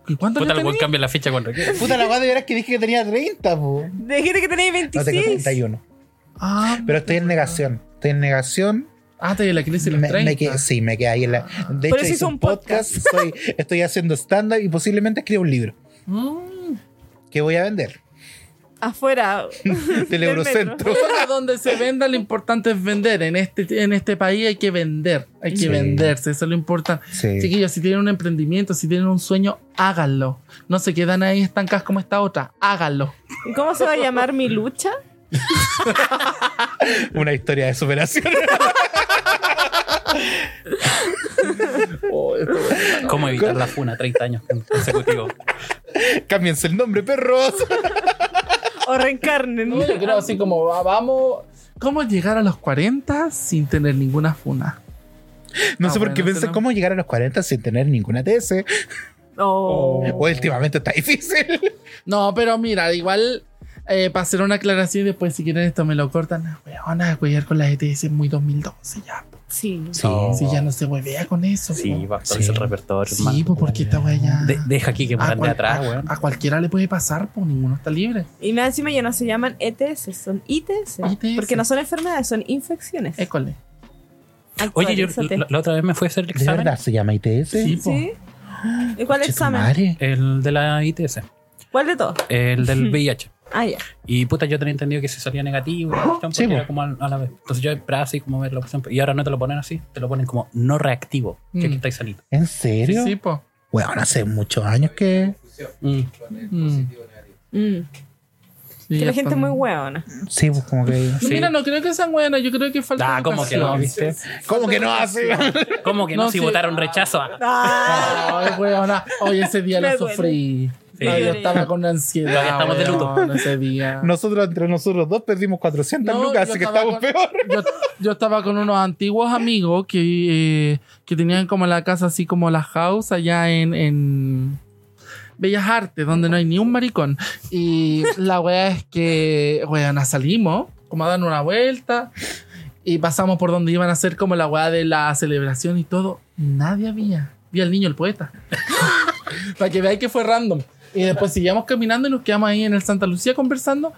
Speaker 4: ¿y cuánto
Speaker 3: Puta,
Speaker 4: le
Speaker 3: el weón
Speaker 4: tenés?
Speaker 3: cambia la ficha con Raquel.
Speaker 2: Puta la weá de veras que dije que tenía 30, po.
Speaker 1: Dijiste que tenéis
Speaker 2: No tengo
Speaker 1: 26.
Speaker 2: 31.
Speaker 4: Ah,
Speaker 2: Pero estoy en negación. Estoy en negación.
Speaker 4: Ah, te la crisis de
Speaker 2: Me,
Speaker 4: los 30.
Speaker 2: me quedé, sí, me quedé ahí en la. De
Speaker 1: Pero
Speaker 2: hecho,
Speaker 1: si
Speaker 2: hice
Speaker 1: hizo
Speaker 2: un
Speaker 1: un
Speaker 2: podcast. soy- estoy haciendo stand-up y posiblemente escriba un libro
Speaker 4: Mm.
Speaker 2: que voy a vender
Speaker 1: Afuera.
Speaker 2: del
Speaker 1: metro.
Speaker 2: Eurocentro.
Speaker 4: Fuera donde se venda, lo importante es vender. En este, en este país hay que vender. Hay que
Speaker 2: Sí.
Speaker 4: venderse. Eso es lo importante.
Speaker 2: Sí.
Speaker 4: Chiquillos, si tienen un emprendimiento, si tienen un sueño, háganlo. No se quedan ahí estancadas como esta otra. Háganlo.
Speaker 1: ¿Cómo se va a llamar mi lucha?
Speaker 2: Una historia de superación.
Speaker 1: Oh,
Speaker 3: ¿Cómo evitar la funa 30 años consecutivos?
Speaker 2: Cámbiense el nombre, perros.
Speaker 1: O reencarnen.
Speaker 4: yo creo así como vamos. ¿Cómo llegar a los 40 sin tener ninguna funa?
Speaker 2: No
Speaker 4: Ah,
Speaker 2: sé por qué
Speaker 4: bueno,
Speaker 2: pensé
Speaker 4: tenemos-
Speaker 2: cómo llegar a los 40 sin tener ninguna TS.
Speaker 3: Oh.
Speaker 2: O últimamente está difícil.
Speaker 4: No, pero mira, igual eh, para hacer una aclaración y después si quieren esto me lo cortan. No, weona, a cuellar con la ETS es muy 2012 ya. po.
Speaker 1: Sí.
Speaker 3: Sí,
Speaker 4: Si ya no se huevea con eso.
Speaker 3: sí,
Speaker 4: po.
Speaker 3: va a actualizar
Speaker 2: Sí.
Speaker 3: el repertorio,
Speaker 4: Sí,
Speaker 3: hermano.
Speaker 4: pues porque esta wea ya.
Speaker 3: De- deja aquí que me
Speaker 4: a,
Speaker 3: ande
Speaker 4: cual-
Speaker 3: atrás,
Speaker 4: a-
Speaker 3: weón.
Speaker 4: a cualquiera le puede pasar, pues ninguno está libre.
Speaker 1: Y más encima ya no se llaman ETS, son ITS.
Speaker 4: ITS.
Speaker 1: Porque no son enfermedades, son infecciones.
Speaker 4: École.
Speaker 3: Oye, yo
Speaker 1: Actualízate.
Speaker 3: la, la otra vez me fui a hacer el
Speaker 2: ¿De
Speaker 3: examen.
Speaker 2: verdad se llama ITS?
Speaker 4: Sí, po.
Speaker 1: ¿Sí? ¿Y cuál
Speaker 2: Che, tu
Speaker 1: examen?
Speaker 2: madre.
Speaker 3: El de la ITS,
Speaker 1: ¿Cuál de todos?
Speaker 3: el del VIH.
Speaker 1: Ah, ya.
Speaker 3: Y puta, yo tenía entendido que si salía negativo, la cuestión,
Speaker 2: Sí,
Speaker 3: porque
Speaker 2: po.
Speaker 3: era como a, a la vez. Entonces yo esperaba así como ver la cuestión, Y ahora no te lo ponen así, te lo ponen como no reactivo, que
Speaker 4: Mm.
Speaker 3: aquí estáis saliendo.
Speaker 2: ¿En serio?
Speaker 4: Sí, pues.
Speaker 2: Bueno, hace muchos años que.
Speaker 4: Mm.
Speaker 1: Mm.
Speaker 4: Sí,
Speaker 1: Que la
Speaker 4: ya
Speaker 1: gente es
Speaker 4: están-
Speaker 1: muy hueona.
Speaker 2: Sí, pues como que.
Speaker 4: No, Mira, no creo que sean buenas, yo creo que falta.
Speaker 3: Ah, ¿cómo que no,
Speaker 4: educación.
Speaker 3: viste?
Speaker 2: ¿Cómo que no hace?
Speaker 3: ¿Cómo que no,
Speaker 4: No,
Speaker 3: si
Speaker 4: sí.
Speaker 3: votaron rechazo? Ah,
Speaker 4: Ay, weona. Hoy ese día
Speaker 1: Me
Speaker 4: lo
Speaker 1: duele.
Speaker 4: sufrí.
Speaker 3: Sí.
Speaker 4: No, yo estaba con ansiedad.
Speaker 3: Todavía estamos de luto.
Speaker 4: weón, ese día.
Speaker 2: Nosotros, entre nosotros dos, perdimos 400
Speaker 4: No,
Speaker 2: lucas,
Speaker 4: yo
Speaker 2: así que
Speaker 4: estaba
Speaker 2: estamos
Speaker 4: con-
Speaker 2: peor.
Speaker 4: yo, yo estaba con unos antiguos amigos que, eh, que tenían como la casa así como la house allá en, en Bellas Artes, donde no hay ni un maricón. Y la wea es que, weona, salimos como a dar una vuelta y pasamos por donde iban a hacer como la wea de la celebración y todo. Nadie había. Vi al niño, el poeta. Para que veáis que fue random. Y después seguíamos caminando y nos quedamos ahí en el Santa Lucía conversando.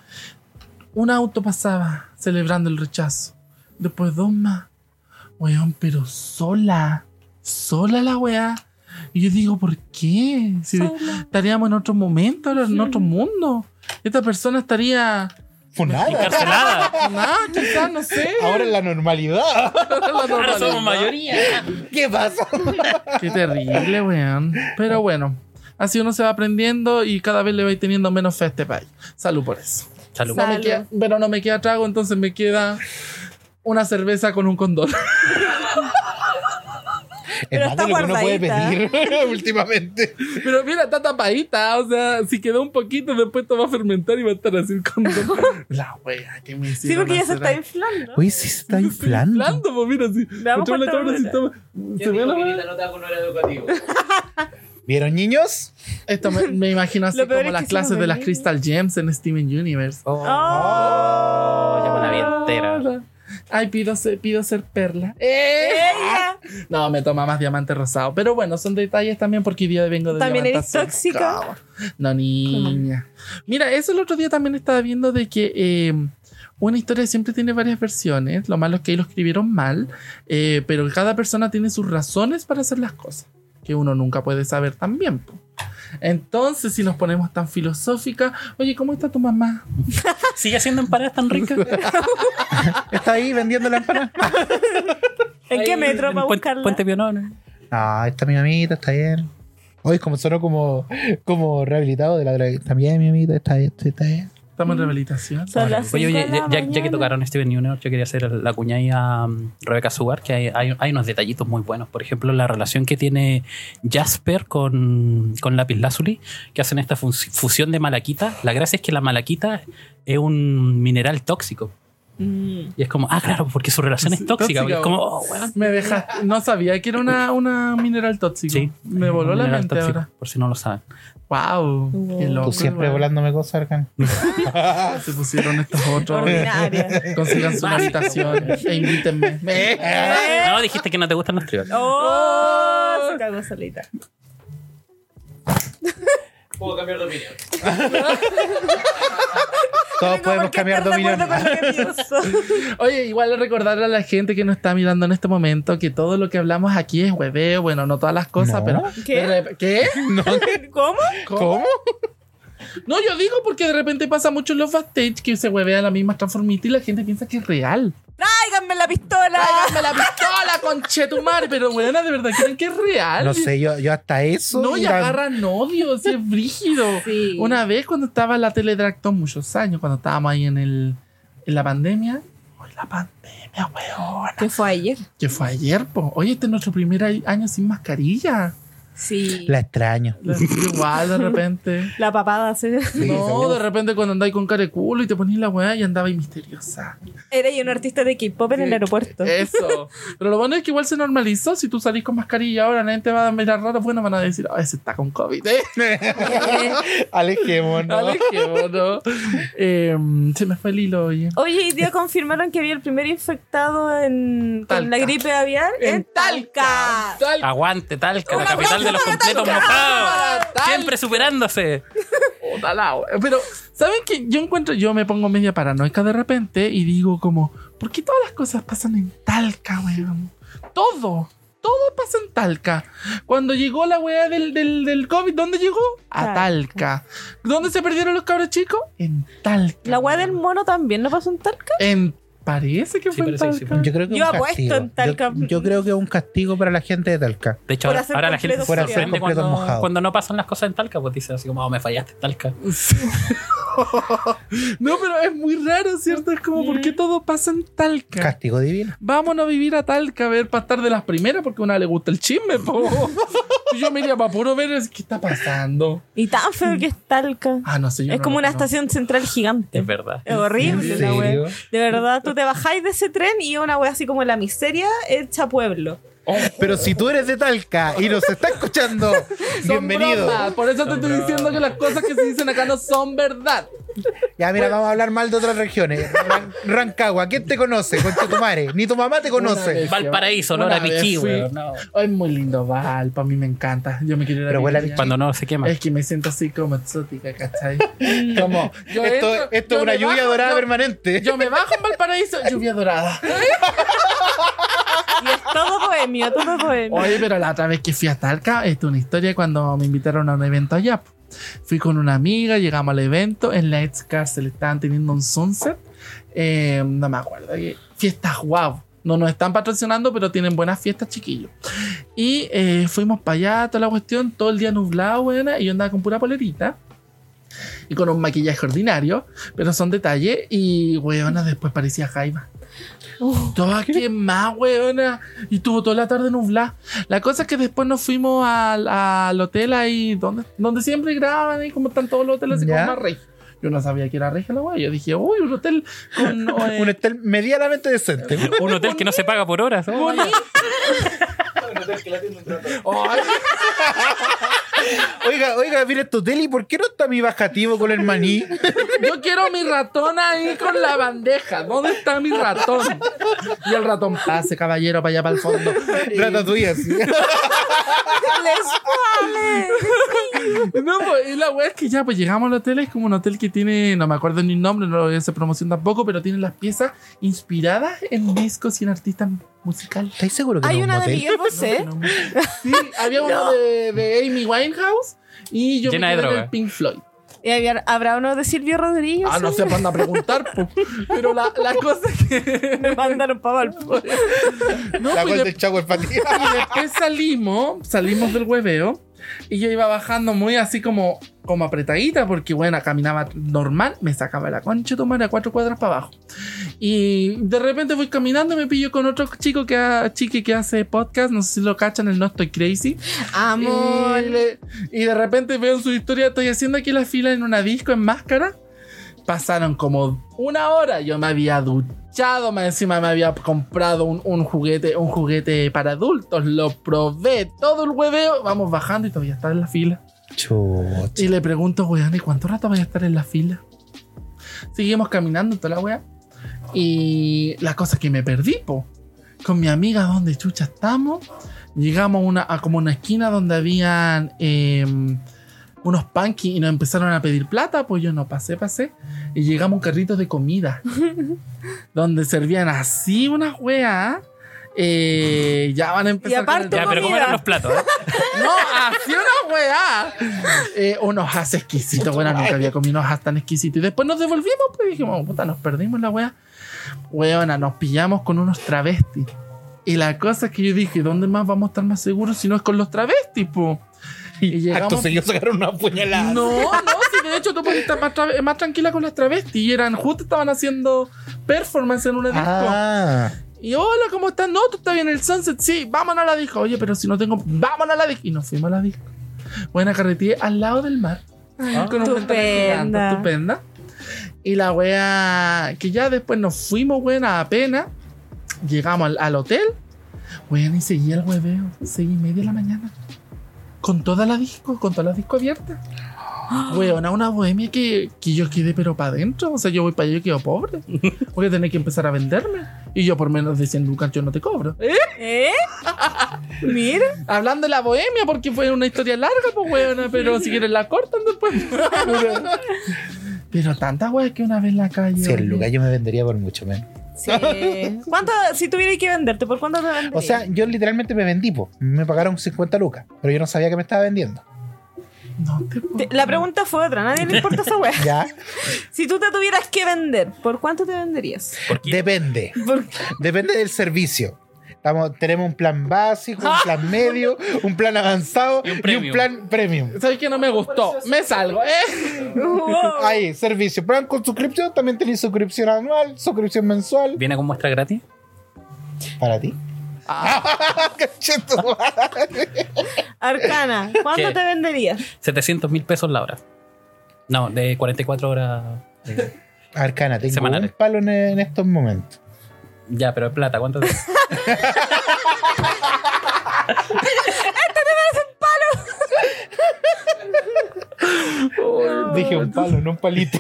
Speaker 4: Un auto pasaba celebrando el rechazo. Después dos más. Weón, pero sola. Sola la weá. Y yo digo, ¿por qué? Si estaríamos en otro momento, en otro mundo. Esta persona estaría.
Speaker 2: Pues nada.
Speaker 3: Encarcelada.
Speaker 4: Nada, quizás, no sé.
Speaker 2: Ahora es la normalidad.
Speaker 3: Ahora somos mayoría.
Speaker 2: ¿Qué pasa?
Speaker 4: Qué terrible, weón. Pero bueno, así uno se va aprendiendo y cada vez le va teniendo menos fe a este país. Salud por eso.
Speaker 3: Salud.
Speaker 4: No me
Speaker 1: Salud.
Speaker 4: queda- pero no me queda trago, entonces me queda una cerveza con un condón.
Speaker 1: Pero
Speaker 2: es más de
Speaker 1: está
Speaker 2: lo que uno puede
Speaker 1: guardadita.
Speaker 2: pedir últimamente.
Speaker 4: Pero mira, está tapadita. O sea, si quedó un poquito, después esto va a fermentar y va a estar así con. La wea que me
Speaker 1: Sí,
Speaker 4: hicieron.
Speaker 1: porque ya se
Speaker 4: hacer
Speaker 1: está
Speaker 4: ahí.
Speaker 1: inflando.
Speaker 2: Uy, sí se está inflando.
Speaker 4: Inflando, pues mira, si.
Speaker 1: damos
Speaker 4: controla
Speaker 1: cuenta
Speaker 4: todo,
Speaker 1: ahora.
Speaker 4: si toma- ¿Se ve la wea?
Speaker 5: no era educativo.
Speaker 2: ¿Vieron, niños?
Speaker 4: Esto me, me imagino así
Speaker 1: Lo peor
Speaker 4: como
Speaker 1: es
Speaker 4: las
Speaker 1: que sí
Speaker 4: clases
Speaker 1: nos
Speaker 4: de las
Speaker 1: ven.
Speaker 4: Crystal Gems en Steven Universe.
Speaker 1: ¡Oh!
Speaker 3: Oh, ya me la vi
Speaker 4: Ah,
Speaker 3: entera.
Speaker 4: Ay, pido ser, pido ser perla. Eh,
Speaker 1: Eh, ¡Ella!
Speaker 4: No, me toma más diamante rosado. Pero bueno, son detalles también porque hoy día vengo de
Speaker 1: También
Speaker 4: diamante
Speaker 1: eres
Speaker 4: azul.
Speaker 1: tóxica.
Speaker 4: No, niña. Mira, eso el otro día también estaba viendo de que eh, una historia siempre tiene varias versiones. Lo malo es que ahí lo escribieron mal, eh, pero cada persona tiene sus razones para hacer las cosas, que uno nunca puede saber también. po. Entonces, si nos ponemos tan filosófica, oye, ¿cómo está tu mamá?
Speaker 3: Sigue haciendo empanadas tan ricas.
Speaker 2: ¿Está ahí vendiendo la empanada?
Speaker 1: ¿En qué
Speaker 3: Ahí
Speaker 1: metro
Speaker 3: en
Speaker 1: para
Speaker 3: Puen-
Speaker 1: buscarla?
Speaker 3: Puente Pionón.
Speaker 2: Ah, está mi mamita, está bien. Hoy como sonó como, como rehabilitado de la droga. Está bien, mi mamita, está bien, está bien.
Speaker 4: Estamos en rehabilitación.
Speaker 1: Mm. Son las
Speaker 3: Oye,
Speaker 1: cinco
Speaker 3: oye,
Speaker 1: de la
Speaker 3: ya, ya- ya que
Speaker 1: mañana.
Speaker 3: tocaron Steven Universe, yo quería hacer la cuñada a um, Rebeca Sugar, que hay, hay- hay unos detallitos muy buenos. Por ejemplo, la relación que tiene Jasper con, con Lapis Lazuli, que hacen esta fus- fusión de malaquita. La gracia es que la malaquita es un mineral tóxico.
Speaker 1: Mm.
Speaker 3: Y es como, ah, claro, porque su relación es
Speaker 4: Sí,
Speaker 3: tóxica.
Speaker 4: tóxica,
Speaker 3: porque es como, oh, weón.
Speaker 4: Me dejaste. No sabía que era una, una mineral tóxico.
Speaker 3: Sí,
Speaker 4: Me voló
Speaker 3: un
Speaker 4: la
Speaker 3: mineral
Speaker 4: mente
Speaker 3: tóxico,
Speaker 4: ahora.
Speaker 3: Por si no lo saben.
Speaker 4: Wow. Qué
Speaker 1: Wow.
Speaker 4: loco.
Speaker 2: Tú siempre
Speaker 4: igual.
Speaker 2: volándome cosas, Arcan.
Speaker 4: Se pusieron estos otros.
Speaker 1: Ordinaria.
Speaker 4: Consigan su invitación e invítenme.
Speaker 2: Eh.
Speaker 3: No, dijiste que no te gustan los tribales.
Speaker 1: ¡Oh! Se cagó solita.
Speaker 5: Puedo cambiar de opinión.
Speaker 2: Todos
Speaker 1: Tengo
Speaker 2: podemos
Speaker 1: por qué
Speaker 2: cambiar de
Speaker 1: estar
Speaker 2: opinión.
Speaker 1: acuerdo con lo que pienso.
Speaker 4: Oye, igual recordar a la gente que nos está mirando en este momento que todo lo que hablamos aquí es hueveo. Bueno, no todas las cosas,
Speaker 2: No.
Speaker 4: pero.
Speaker 1: ¿Qué?
Speaker 4: de rep- ¿Qué?
Speaker 1: ¿Cómo?
Speaker 2: ¿Cómo?
Speaker 4: No, yo digo porque de repente pasa mucho en los backstage que se huevea la misma transformita y la gente piensa que es real.
Speaker 1: ¡Tráiganme la pistola!
Speaker 4: ¡Tráiganme la pistola, conchetumar! Pero, buena, de verdad creen que es real.
Speaker 2: No sé, yo, yo hasta eso.
Speaker 4: No, y
Speaker 2: la-
Speaker 4: agarran odio, si es brígido.
Speaker 1: Sí.
Speaker 4: Una vez cuando estaba en la Teledracton muchos años, cuando estábamos ahí en el en la pandemia. Hoy la pandemia, weón.
Speaker 1: ¿Qué fue ayer?
Speaker 4: Que fue ayer, po. Oye, este es nuestro primer ai- año sin mascarilla.
Speaker 1: Sí.
Speaker 2: La extraño.
Speaker 4: Igual de repente.
Speaker 1: La papada se...
Speaker 2: Sí,
Speaker 4: no,
Speaker 2: seguro.
Speaker 4: de repente cuando andáis con cara de culo y te ponéis la weá y andaba ahí misteriosa.
Speaker 1: Era yo un artista de K-pop en el aeropuerto.
Speaker 4: Eso. Pero lo bueno es que igual se normalizó. Si tú salís con mascarilla ahora, nadie te va a mirar raro. Bueno, van a decir, ah, ese está con COVID. ¿eh?
Speaker 2: Alejémonos.
Speaker 4: Dale, qué bueno. Em, se me fue el hilo, oye.
Speaker 1: Oye, y día confirmaron que había el primer infectado en,
Speaker 4: Talca.
Speaker 1: con la gripe aviar en, Talca.
Speaker 4: Talca.
Speaker 3: Aguante, Talca,
Speaker 1: ¡Un
Speaker 3: la capital
Speaker 1: aplauso
Speaker 3: de los
Speaker 1: para
Speaker 3: completos
Speaker 1: Talca!
Speaker 3: mojados.
Speaker 4: Talca.
Speaker 3: Siempre superándose.
Speaker 4: Puta la wea. Pero, ¿saben qué? Yo encuentro, yo me pongo media paranoica de repente y digo como, ¿por qué todas las cosas pasan en Talca, weón? Todo. Todo pasa en Talca. Cuando llegó la weá del, del, del COVID, ¿dónde llegó? A Talca. ¿Dónde se perdieron los cabros chicos? En Talca.
Speaker 1: La weá del
Speaker 4: weón.
Speaker 1: mono también no pasó en Talca.
Speaker 4: En... Parece que
Speaker 3: Sí,
Speaker 4: fue en
Speaker 3: parece que sí,
Speaker 4: Talca.
Speaker 2: Yo creo que es
Speaker 1: Yo
Speaker 2: un
Speaker 1: apuesto
Speaker 2: castigo.
Speaker 1: en Talca.
Speaker 2: Yo, yo creo que es un castigo para la gente de Talca.
Speaker 3: De hecho,
Speaker 1: Por
Speaker 3: ahora,
Speaker 1: hacer
Speaker 3: ahora la gente se
Speaker 1: completos Por hacer
Speaker 3: sorprende
Speaker 2: completos
Speaker 3: cuando,
Speaker 2: mojados.
Speaker 3: cuando no pasan las cosas en Talca, pues dice así como, "Oh, me fallaste, Talca.
Speaker 4: No, pero es muy raro, ¿cierto? Es como, ¿por qué todo pasa en Talca?
Speaker 2: Castigo divino.
Speaker 4: Vámonos a vivir a Talca a ver para estar de las primeras porque a una le gusta el chisme, po. Yo me iría para puro ver es- qué está pasando.
Speaker 1: Y tan feo que es Talca.
Speaker 4: Ah, no sé. yo
Speaker 1: es
Speaker 4: no
Speaker 1: como
Speaker 4: lo
Speaker 1: una
Speaker 4: conozco.
Speaker 1: estación central gigante.
Speaker 3: Es verdad.
Speaker 1: Es horrible
Speaker 2: ¿En
Speaker 1: la
Speaker 2: serio?
Speaker 1: wea. De verdad, tú te bajáis de ese tren y es una wea así como la miseria hecha pueblo.
Speaker 2: Pero si tú eres de Talca y nos está escuchando,
Speaker 4: Son
Speaker 2: bienvenido.
Speaker 4: bromas, Por eso te
Speaker 3: Son
Speaker 4: estoy diciendo que las cosas que se dicen acá no son verdad.
Speaker 2: Ya, mira, vamos a hablar mal de otras regiones. Ran- Rancagua, ¿quién te conoce? Concha tu madre. Ni tu mamá te
Speaker 4: Una
Speaker 2: conoce.
Speaker 4: vez.
Speaker 3: Valparaíso, no
Speaker 4: Una
Speaker 3: era
Speaker 4: vez
Speaker 3: Michi,
Speaker 4: fui.
Speaker 3: weón, no.
Speaker 4: Ay, es muy lindo, Val. Para mí me encanta. Yo me quiero ir a
Speaker 2: Pero huele a
Speaker 4: vivir allá.
Speaker 3: Cuando no se quema.
Speaker 4: Es que me siento así como exótica, ¿cachai? como. yo entro-
Speaker 2: Esto, esto
Speaker 4: yo
Speaker 2: es una
Speaker 4: me
Speaker 2: lluvia
Speaker 4: bajo-
Speaker 2: dorada
Speaker 4: yo-
Speaker 2: permanente.
Speaker 4: Yo me bajo en Valparaíso, lluvia dorada.
Speaker 1: Y es todo bohemio, todo bohemio.
Speaker 4: Oye, pero la otra vez que fui a Talca, esto es una historia cuando me invitaron a un evento allá. po. Fui con una amiga, llegamos al evento, en la ex cárcel estaban teniendo un sunset, eh, no me acuerdo, eh, fiestas guau. No nos están patrocinando, pero tienen buenas fiestas, chiquillos. Y eh, fuimos para allá, toda la cuestión, todo el día nublado, buena, y yo andaba con pura polerita. Y con un maquillaje ordinario, pero son detalles. Y, weona, después parecía Jaima.
Speaker 1: Uh,
Speaker 4: Toda quemada, weona. Y tuvo toda la tarde nublada. La cosa es que después nos fuimos al, al hotel ahí, donde, donde siempre graban, ahí como están todos los hoteles, así como
Speaker 2: Ya.
Speaker 4: más regio. Yo no sabía que era regia la wea. Yo dije, uy, un hotel con. eh,
Speaker 2: Un hotel medianamente decente.
Speaker 3: Un hotel que no se paga por horas. ¿no?
Speaker 4: oh, ay,
Speaker 2: Oiga, oiga, mira este hotel y ¿por qué no está mi bajativo con el maní?
Speaker 4: yo quiero mi ratón ahí con la bandeja. ¿Dónde está mi ratón? Y el ratón pase, caballero, para allá, para el fondo. Y-
Speaker 2: Ratatouille así.
Speaker 1: ¡Les
Speaker 4: No, pues, y la wea es que ya, pues llegamos al hotel, es como un hotel que tiene, no me acuerdo ni el nombre, no lo voy a hacer promoción tampoco, pero tiene las piezas inspiradas en discos y en artistas musicales.
Speaker 2: ¿Estáis seguro que
Speaker 1: Hay
Speaker 2: no es un
Speaker 1: una de
Speaker 2: hotel?
Speaker 1: Miguel Bosé.
Speaker 4: No, no, Sí, había uno de, de Amy Winehouse y yo
Speaker 3: Llena de
Speaker 4: me quedé en
Speaker 3: droga.
Speaker 4: el Pink Floyd.
Speaker 1: Y había- habrá uno de Silvio Rodríguez.
Speaker 4: Ah, no se van a preguntar, po. pero la, la cosa es que...
Speaker 1: Me mandaron para Valpo.
Speaker 4: No,
Speaker 2: La
Speaker 4: pues,
Speaker 2: cual
Speaker 4: de-
Speaker 2: del Chaco el patio.
Speaker 4: Y después salimos, salimos del hueveo y yo iba bajando muy así como, como apretadita porque bueno, caminaba normal, me sacaba la concha de tu madre a cuatro cuadras para abajo. Y de repente voy caminando y me pillo con otro chico que, ha- chique que hace podcast, no sé si lo cachan, el No Estoy Crazy.
Speaker 1: Amor.
Speaker 4: Y, le- y de repente veo en su historia, estoy haciendo aquí la fila en una disco en máscara. Pasaron como una hora, yo me había duchado, más encima me había comprado un, un juguete, un juguete para adultos, lo probé, todo el hueveo, vamos bajando y todavía está en la fila.
Speaker 2: Chucha.
Speaker 4: Y le pregunto, weón, ¿y cuánto rato voy a estar en la fila? Seguimos caminando toda la weá. Y la cosa es que me perdí, po. Con mi amiga, donde chucha estamos. Llegamos a, una, a como una esquina donde habían em, unos punky y nos empezaron a pedir plata. Pues yo no pasé, pasé. Y llegamos a un carrito de comida. donde servían así unas weas. Eh, ya van a empezar. con
Speaker 1: aparte
Speaker 4: el-
Speaker 3: Ya, pero ¿cómo eran
Speaker 1: Comida.
Speaker 3: los platos? eh?
Speaker 4: no, así una weá. Eh, unos as exquisitos. Bueno, nunca había comido unos as tan exquisitos. Y después nos devolvimos, pues dijimos, puta, nos perdimos la weá. Weona, nos pillamos con unos travestis. Y la cosa es que yo dije, ¿dónde más vamos a estar más seguros si no es con los travestis, po? Y
Speaker 2: Acto
Speaker 4: llegamos.
Speaker 2: seguido Ah, sacaron una puñalada.
Speaker 4: No, no, si de hecho tú podías estar más, tra- más tranquila con las travestis. Y eran, justo estaban haciendo performance en una disco.
Speaker 2: Ah,
Speaker 4: Y hola, ¿cómo estás? No, tú estás en el Sunset. Sí, vámonos a la disco. Oye, pero si no tengo. Vámonos a la disco. Y nos fuimos a la disco. Buena carretilla al lado del mar. Con un
Speaker 1: estupenda.
Speaker 4: ventana gigante, estupenda. Y la wea. Que ya después nos fuimos, buena, apenas. Llegamos al, al hotel. Weón, y seguía el hueveo. Seis y media de la mañana. Con toda la disco, con toda la disco abierta. Weón, a una bohemia que, que yo quedé pero para adentro. O sea, yo voy para allá y quedo pobre. Voy a tener que empezar a venderme. Y yo por menos de 100 lucas yo no te cobro. ¿Eh?
Speaker 1: ¿Eh? Mira.
Speaker 4: Hablando de la bohemia, porque fue una historia larga, pues weona, pero si quieren la cortan después. pero tanta weas que una vez en la calle.
Speaker 2: Si el
Speaker 4: oye.
Speaker 2: lugar yo me vendería por mucho, man.
Speaker 1: Sí. ¿Cuánto, si tuvieras que venderte, ¿por cuánto te venderías?
Speaker 2: O sea, yo literalmente me vendí, po. Me pagaron 50 lucas, pero yo no sabía que me estaba vendiendo.
Speaker 4: No te puedo-
Speaker 1: Te- la pregunta fue otra, a nadie le importa esa wea.
Speaker 2: Ya,
Speaker 1: Si tú te tuvieras que vender, ¿por cuánto te venderías?
Speaker 3: ¿Por qué?
Speaker 2: depende.
Speaker 1: ¿Por
Speaker 2: Depende del servicio. Estamos- tenemos un plan básico, un plan medio, un plan avanzado
Speaker 3: Y un
Speaker 2: y un
Speaker 3: premium.
Speaker 2: plan premium.
Speaker 4: ¿Sabes que no me gustó? Me salgo, ¿eh?
Speaker 1: Wow.
Speaker 2: Ahí, servicio. Plan con suscripción, también tenéis suscripción anual, suscripción mensual.
Speaker 3: ¿Viene con muestra gratis?
Speaker 2: Para ti. Conchetumare.
Speaker 1: Arcana, ¿cuánto
Speaker 3: ¿Qué?
Speaker 1: te venderías?
Speaker 3: 700 mil pesos la hora. No, de 44 horas. eh,
Speaker 2: Arcana, tengo
Speaker 3: Semanal.
Speaker 2: un palo en, en estos momentos.
Speaker 3: Ya, pero es plata, ¿cuánto? te-
Speaker 2: Dije un palo, no un palito.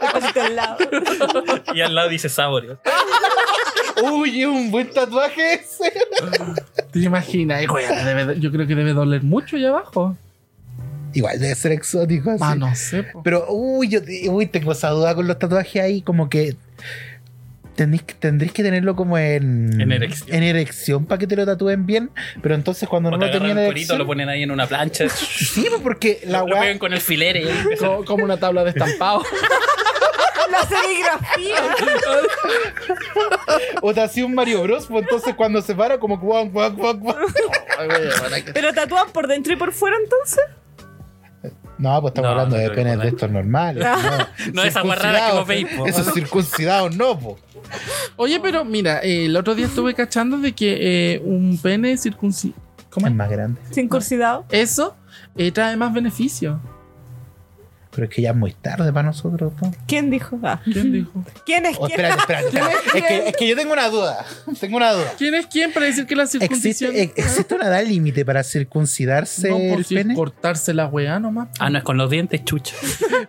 Speaker 1: El pasito al lado.
Speaker 3: y al lado dice saborio.
Speaker 2: Uy, es un buen tatuaje ese.
Speaker 4: ¿Te imaginas? Eh, weona, debe- yo creo que debe doler mucho allá abajo.
Speaker 2: Igual debe ser exótico así.
Speaker 4: Ah, no sé. po.
Speaker 2: Pero, uy, yo uy, tengo esa duda con los tatuajes ahí, como que. Tendréis que, tendréis que tenerlo como en.
Speaker 3: En erección.
Speaker 2: En erección para que te lo tatúen bien. Pero entonces cuando
Speaker 3: O
Speaker 2: no
Speaker 3: te
Speaker 2: lo
Speaker 3: agarran
Speaker 2: tenían
Speaker 3: el
Speaker 2: en
Speaker 3: corito, lo
Speaker 2: erección.
Speaker 3: ponen ahí en una plancha.
Speaker 2: Sí, pues, porque la
Speaker 3: lo
Speaker 2: weá.
Speaker 3: pegan con alfileres.
Speaker 4: Co- como una tabla de estampado.
Speaker 1: La serigrafía.
Speaker 2: O te hacía un Mario Bros. Pues entonces cuando se para, como guau, guau, guau, guau.
Speaker 4: Ay, weona, que-
Speaker 1: ¿Pero tatúan por dentro y por fuera entonces?
Speaker 2: No, pues estamos
Speaker 3: No,
Speaker 2: hablando
Speaker 3: no
Speaker 2: de
Speaker 3: estoy de
Speaker 2: penes
Speaker 3: acuerdo.
Speaker 2: de estos normales.
Speaker 3: No, esa guarrada que vos veis, po.
Speaker 2: Eso circuncidados no, po.
Speaker 4: Oye, pero mira, eh, el otro día estuve cachando de que eh, un pene circunci... ¿Cómo
Speaker 2: Es
Speaker 4: es?
Speaker 2: más grande.
Speaker 1: Sin cursidad.
Speaker 4: Eso eh, trae más beneficios.
Speaker 2: Pero es que ya es muy tarde para nosotros, po.
Speaker 1: ¿Quién dijo? Ah.
Speaker 4: ¿Quién dijo?
Speaker 1: ¿Quién es
Speaker 2: Oh,
Speaker 1: quién?
Speaker 2: espérate, espérate. espérate. Es, que, es que yo tengo una duda. Tengo una duda.
Speaker 4: ¿Quién es quién para decir que la circuncisión...
Speaker 2: ¿Existe, ex- ¿Existe una edad límite para circuncidarse
Speaker 4: no, por
Speaker 2: el
Speaker 4: si
Speaker 2: pene?
Speaker 4: es cortarse la weá nomás.
Speaker 3: Ah, no, es con los dientes, chucha.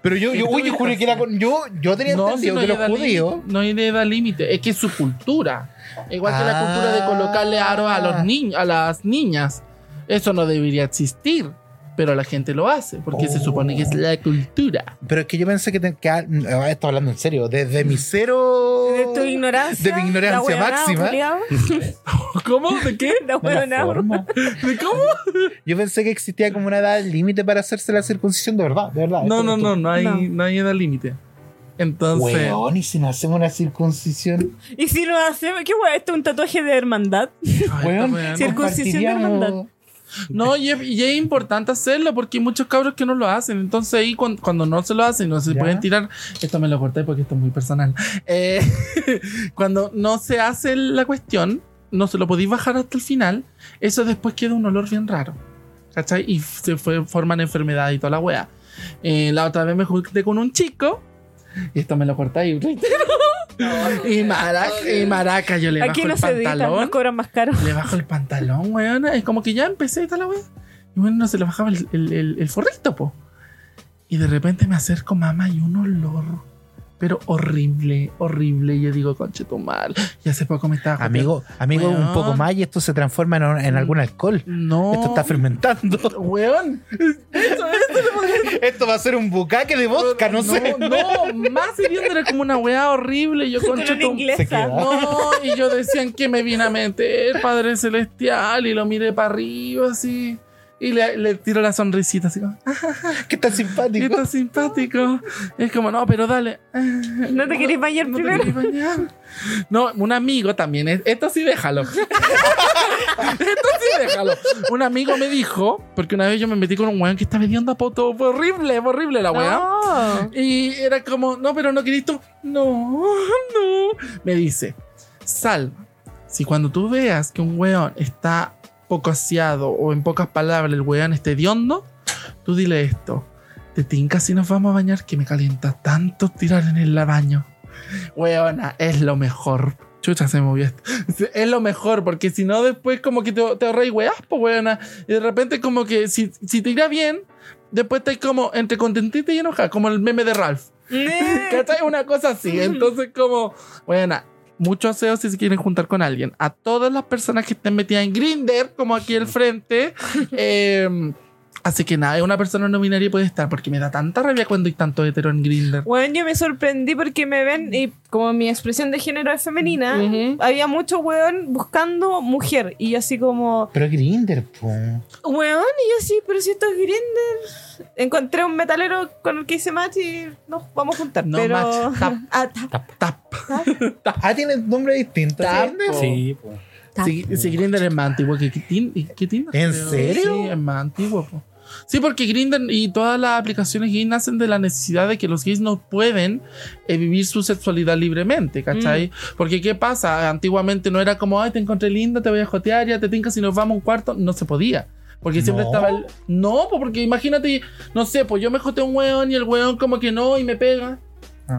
Speaker 2: Pero yo, yo,
Speaker 4: Sí,
Speaker 2: uy, yo juré que era con. Yo, yo tenía
Speaker 4: No, si
Speaker 2: entendido
Speaker 4: no,
Speaker 2: que
Speaker 4: hay
Speaker 2: los
Speaker 4: edad
Speaker 2: judíos.
Speaker 4: límite, no hay de edad límite. Es que es su cultura. Igual que la
Speaker 2: Ah.
Speaker 4: cultura de colocarle aro a, los ni- a las niñas. Eso no debería existir. Pero la gente lo hace porque se
Speaker 2: Oh.
Speaker 4: supone que es la cultura.
Speaker 2: Pero es que yo pensé que. te- que ah, ah, esto hablando en serio. Desde mi cero.
Speaker 1: De tu ignorancia.
Speaker 2: De mi ignorancia
Speaker 1: la hueonada,
Speaker 2: máxima.
Speaker 1: culiao.
Speaker 4: ¿Cómo? ¿De qué?
Speaker 1: La
Speaker 2: No me
Speaker 1: hueonada.
Speaker 2: formo.
Speaker 4: ¿De cómo?
Speaker 2: Yo pensé que existía como una edad límite para hacerse la circuncisión, de verdad, de verdad.
Speaker 4: No,
Speaker 2: Esto-
Speaker 4: no,
Speaker 2: esto-
Speaker 4: no, no hay,
Speaker 1: No.
Speaker 4: no. hay edad límite. Entonces,
Speaker 2: Weón, y si nos hacemos una circuncisión,
Speaker 1: Y si lo hacemos, ¿qué hueá? ¿Esto es un tatuaje de hermandad?
Speaker 4: Ay,
Speaker 2: weón,
Speaker 4: esta weá,
Speaker 1: Circun- Circuncisión de
Speaker 2: compartiríamos-
Speaker 1: hermandad.
Speaker 4: no, y es, y es importante hacerlo porque hay muchos cabros que no lo hacen. Entonces, ahí cuan- cuando, no se lo hacen, no se
Speaker 2: Ya.
Speaker 4: pueden tirar. Esto me lo corté porque esto es muy personal. Eh, cuando no se hace la cuestión, no se lo podéis bajar hasta el final. Eso después queda un olor bien raro. ¿Cachai? Y se fue- forman enfermedades y toda la wea. Eh, la otra vez me junté con un chico. Y esto me lo corté y y, maraca, y maraca, yo le bajo
Speaker 1: Aquí no
Speaker 4: el
Speaker 1: se edita,
Speaker 4: pantalón.
Speaker 1: nos cobran más caro.
Speaker 4: Le bajo el pantalón, weón. Es como que ya empecé y tal la weón. Y bueno, no se le bajaba el, el, el- el forrito, po. Y de repente me acerco, mamá, y un olor. Pero horrible, horrible. Y yo digo, conche tu mal. Y hace poco me estaba.
Speaker 2: Amigo, amigo,
Speaker 4: Weón.
Speaker 2: un poco más y esto se transforma en, en algún alcohol.
Speaker 4: No.
Speaker 2: Esto está fermentando.
Speaker 4: Weón.
Speaker 2: Esto va a ser un bucaque de vodka, no, sé.
Speaker 4: No, más bien era como una weá horrible. Y yo, conche
Speaker 1: Con
Speaker 4: tu
Speaker 2: Se
Speaker 1: inglesa.
Speaker 2: queda.
Speaker 4: No, y yo decían que me vine a meter, Padre Celestial, y lo miré para arriba así. Y le, le tiro la sonrisita así como, "Ah,
Speaker 2: Que tan
Speaker 4: qué
Speaker 2: simpático.
Speaker 4: tan simpático. Y es como, no, pero dale.
Speaker 1: ¿No te querés bañar
Speaker 4: No te
Speaker 1: primero?
Speaker 4: querés bañar. No, un amigo también. es- Esto sí déjalo. Esto sí déjalo. Un amigo me dijo, porque una vez yo me metí con un weón que estaba vendiendo a poto. Fue horrible, fue horrible la weá.
Speaker 1: No.
Speaker 4: Y era como, no, pero no querés tú. No, no. Me dice, salva. Si cuando tú veas que un weón está poco aseado o en pocas palabras el weón esté hediondo, tú dile esto. Te tinca si nos vamos a bañar que me calienta tanto tirar en el baño. Weona, es lo mejor. Chucha, se movió esto. Es lo mejor, porque si no, después como que te, te ahorráis weas, pues weona. Y de repente, como que si, si te irá bien, después estás como entre contentita y enojada, como el meme de Ralph. ¿Cachai? Una cosa así. Entonces, como, bueno, muchos aseos si se quieren juntar con alguien. A todas las personas que estén metidas en Grinder, como aquí al frente. eh, así que nada, una persona no binaria puede estar, porque me da tanta rabia cuando hay tanto hetero en Grinder.
Speaker 1: Bueno, yo me sorprendí porque me ven y como mi expresión de género es femenina, había mucho weón buscando mujer. Y yo así como,
Speaker 2: Pero Grinder, pues.
Speaker 1: weón, y yo así, pero si esto es Grindr. Encontré un metalero con el que hice match y nos vamos a juntar.
Speaker 4: No
Speaker 1: pero...
Speaker 4: match, tap.
Speaker 1: Ah, tap,
Speaker 4: Tap.
Speaker 1: tap.
Speaker 2: Ah, tiene nombre distinto.
Speaker 4: Tap.
Speaker 2: Grindr?
Speaker 3: Sí, pues.
Speaker 4: Si, si Grinder es más antiguo que Tin- que Tinder.
Speaker 2: ¿En
Speaker 4: creo.
Speaker 2: serio?
Speaker 4: Sí, es más antiguo. po. Sí, porque Grinder y todas las aplicaciones gay nacen de la necesidad de que los gays no pueden eh, vivir su sexualidad libremente, ¿cachai? Porque ¿qué pasa? Antiguamente no era como, ay, te encontré linda, te voy a jotear, ya te tinca, si nos vamos a un cuarto, no se podía. Porque siempre
Speaker 2: No.
Speaker 4: estaba el... No, po, porque imagínate, no sé, pues yo me joteo a un weón y el weón como que no y me pega.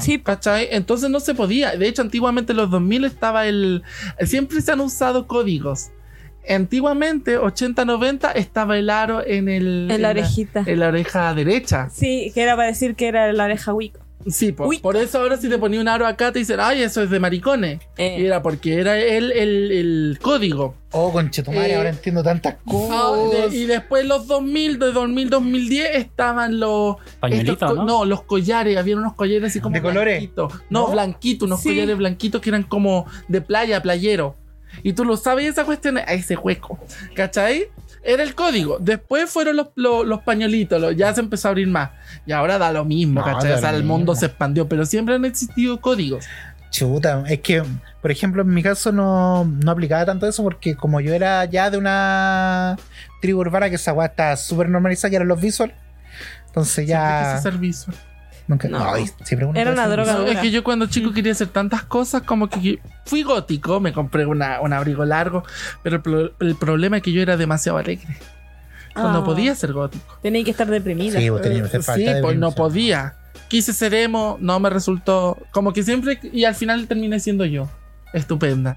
Speaker 1: Sí,
Speaker 4: ¿Cachai? Entonces no se podía. De hecho, antiguamente en los 2000 estaba el... Siempre se han usado códigos. Antiguamente, 80-90, estaba el aro en el...
Speaker 1: en la orejita.
Speaker 4: En la oreja derecha.
Speaker 1: Sí, que era para decir que era la oreja Wico.
Speaker 4: Sí, por,
Speaker 1: Uy.
Speaker 4: por eso ahora si te ponía un aro acá te dicen, ay, eso es de maricones.
Speaker 2: Eh,
Speaker 4: Y era porque era el, el, el código.
Speaker 2: Oh, conchetumare,
Speaker 4: Eh,
Speaker 2: ahora entiendo tantas
Speaker 4: Ah,
Speaker 2: cosas.
Speaker 4: de- y después los 2000, de 2000-2010 estaban los...
Speaker 3: Pañuelito,
Speaker 4: estos co-
Speaker 3: ¿no?
Speaker 4: los collares, había unos collares así como
Speaker 2: ¿De colores?
Speaker 4: blanquitos. No,
Speaker 2: ¿No?
Speaker 4: blanquitos, unos
Speaker 1: Sí.
Speaker 4: collares blanquitos que eran como de playa, playero. Y tú lo sabes, esa cuestión, a ese hueco, ¿cachai? Era el código. Después fueron los, los, los pañuelitos, los- ya se empezó a abrir más. Y ahora da lo mismo,
Speaker 2: No,
Speaker 4: ¿cachai?
Speaker 2: da
Speaker 4: O sea,
Speaker 2: lo
Speaker 4: el
Speaker 2: mismo.
Speaker 4: mundo se expandió, pero siempre han existido códigos.
Speaker 2: Chuta, es que, por ejemplo, en mi caso no, no aplicaba tanto eso porque como yo era ya de una tribu urbana que esa weá está súper normalizada, que eran los visual. Entonces
Speaker 4: Ya.
Speaker 2: ya...
Speaker 4: Ese servicio.
Speaker 2: Nunca,
Speaker 1: No.
Speaker 2: no, y siempre uno
Speaker 1: Era
Speaker 2: puede
Speaker 1: una
Speaker 2: ser
Speaker 1: droga.
Speaker 2: visual.
Speaker 4: No, es que yo cuando chico quería hacer tantas cosas como que fui gótico, me compré una, un abrigo largo, pero el, pro- el problema es que yo era demasiado alegre. Cuando
Speaker 1: Ah.
Speaker 4: podía ser gótico.
Speaker 1: Tenía que estar deprimida.
Speaker 2: Sí, vos tenías
Speaker 4: Eh,
Speaker 2: que
Speaker 4: Sí, pues no podía. Quise ser emo, no me resultó. Como que siempre. Y al final terminé siendo yo. Estupenda.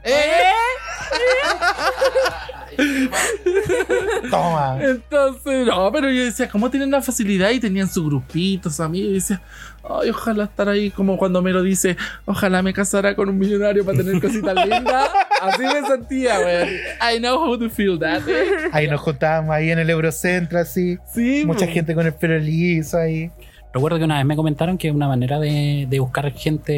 Speaker 2: Toma.
Speaker 4: Entonces, no, pero yo decía, ¿cómo tienen la facilidad? Y tenían su grupito, sus amigos. Y decía, ay, ojalá estar ahí. Como cuando Mero dice, ojalá me casara con un millonario para tener cositas lindas. Así me sentía, weón. I know how to feel that. eh.
Speaker 2: Ahí nos juntábamos ahí en el Eurocentro, así.
Speaker 4: Sí,
Speaker 1: pues.
Speaker 2: Mucha
Speaker 4: po.
Speaker 2: gente con el pelo liso ahí.
Speaker 3: Recuerdo que una vez me comentaron que una manera de, de buscar gente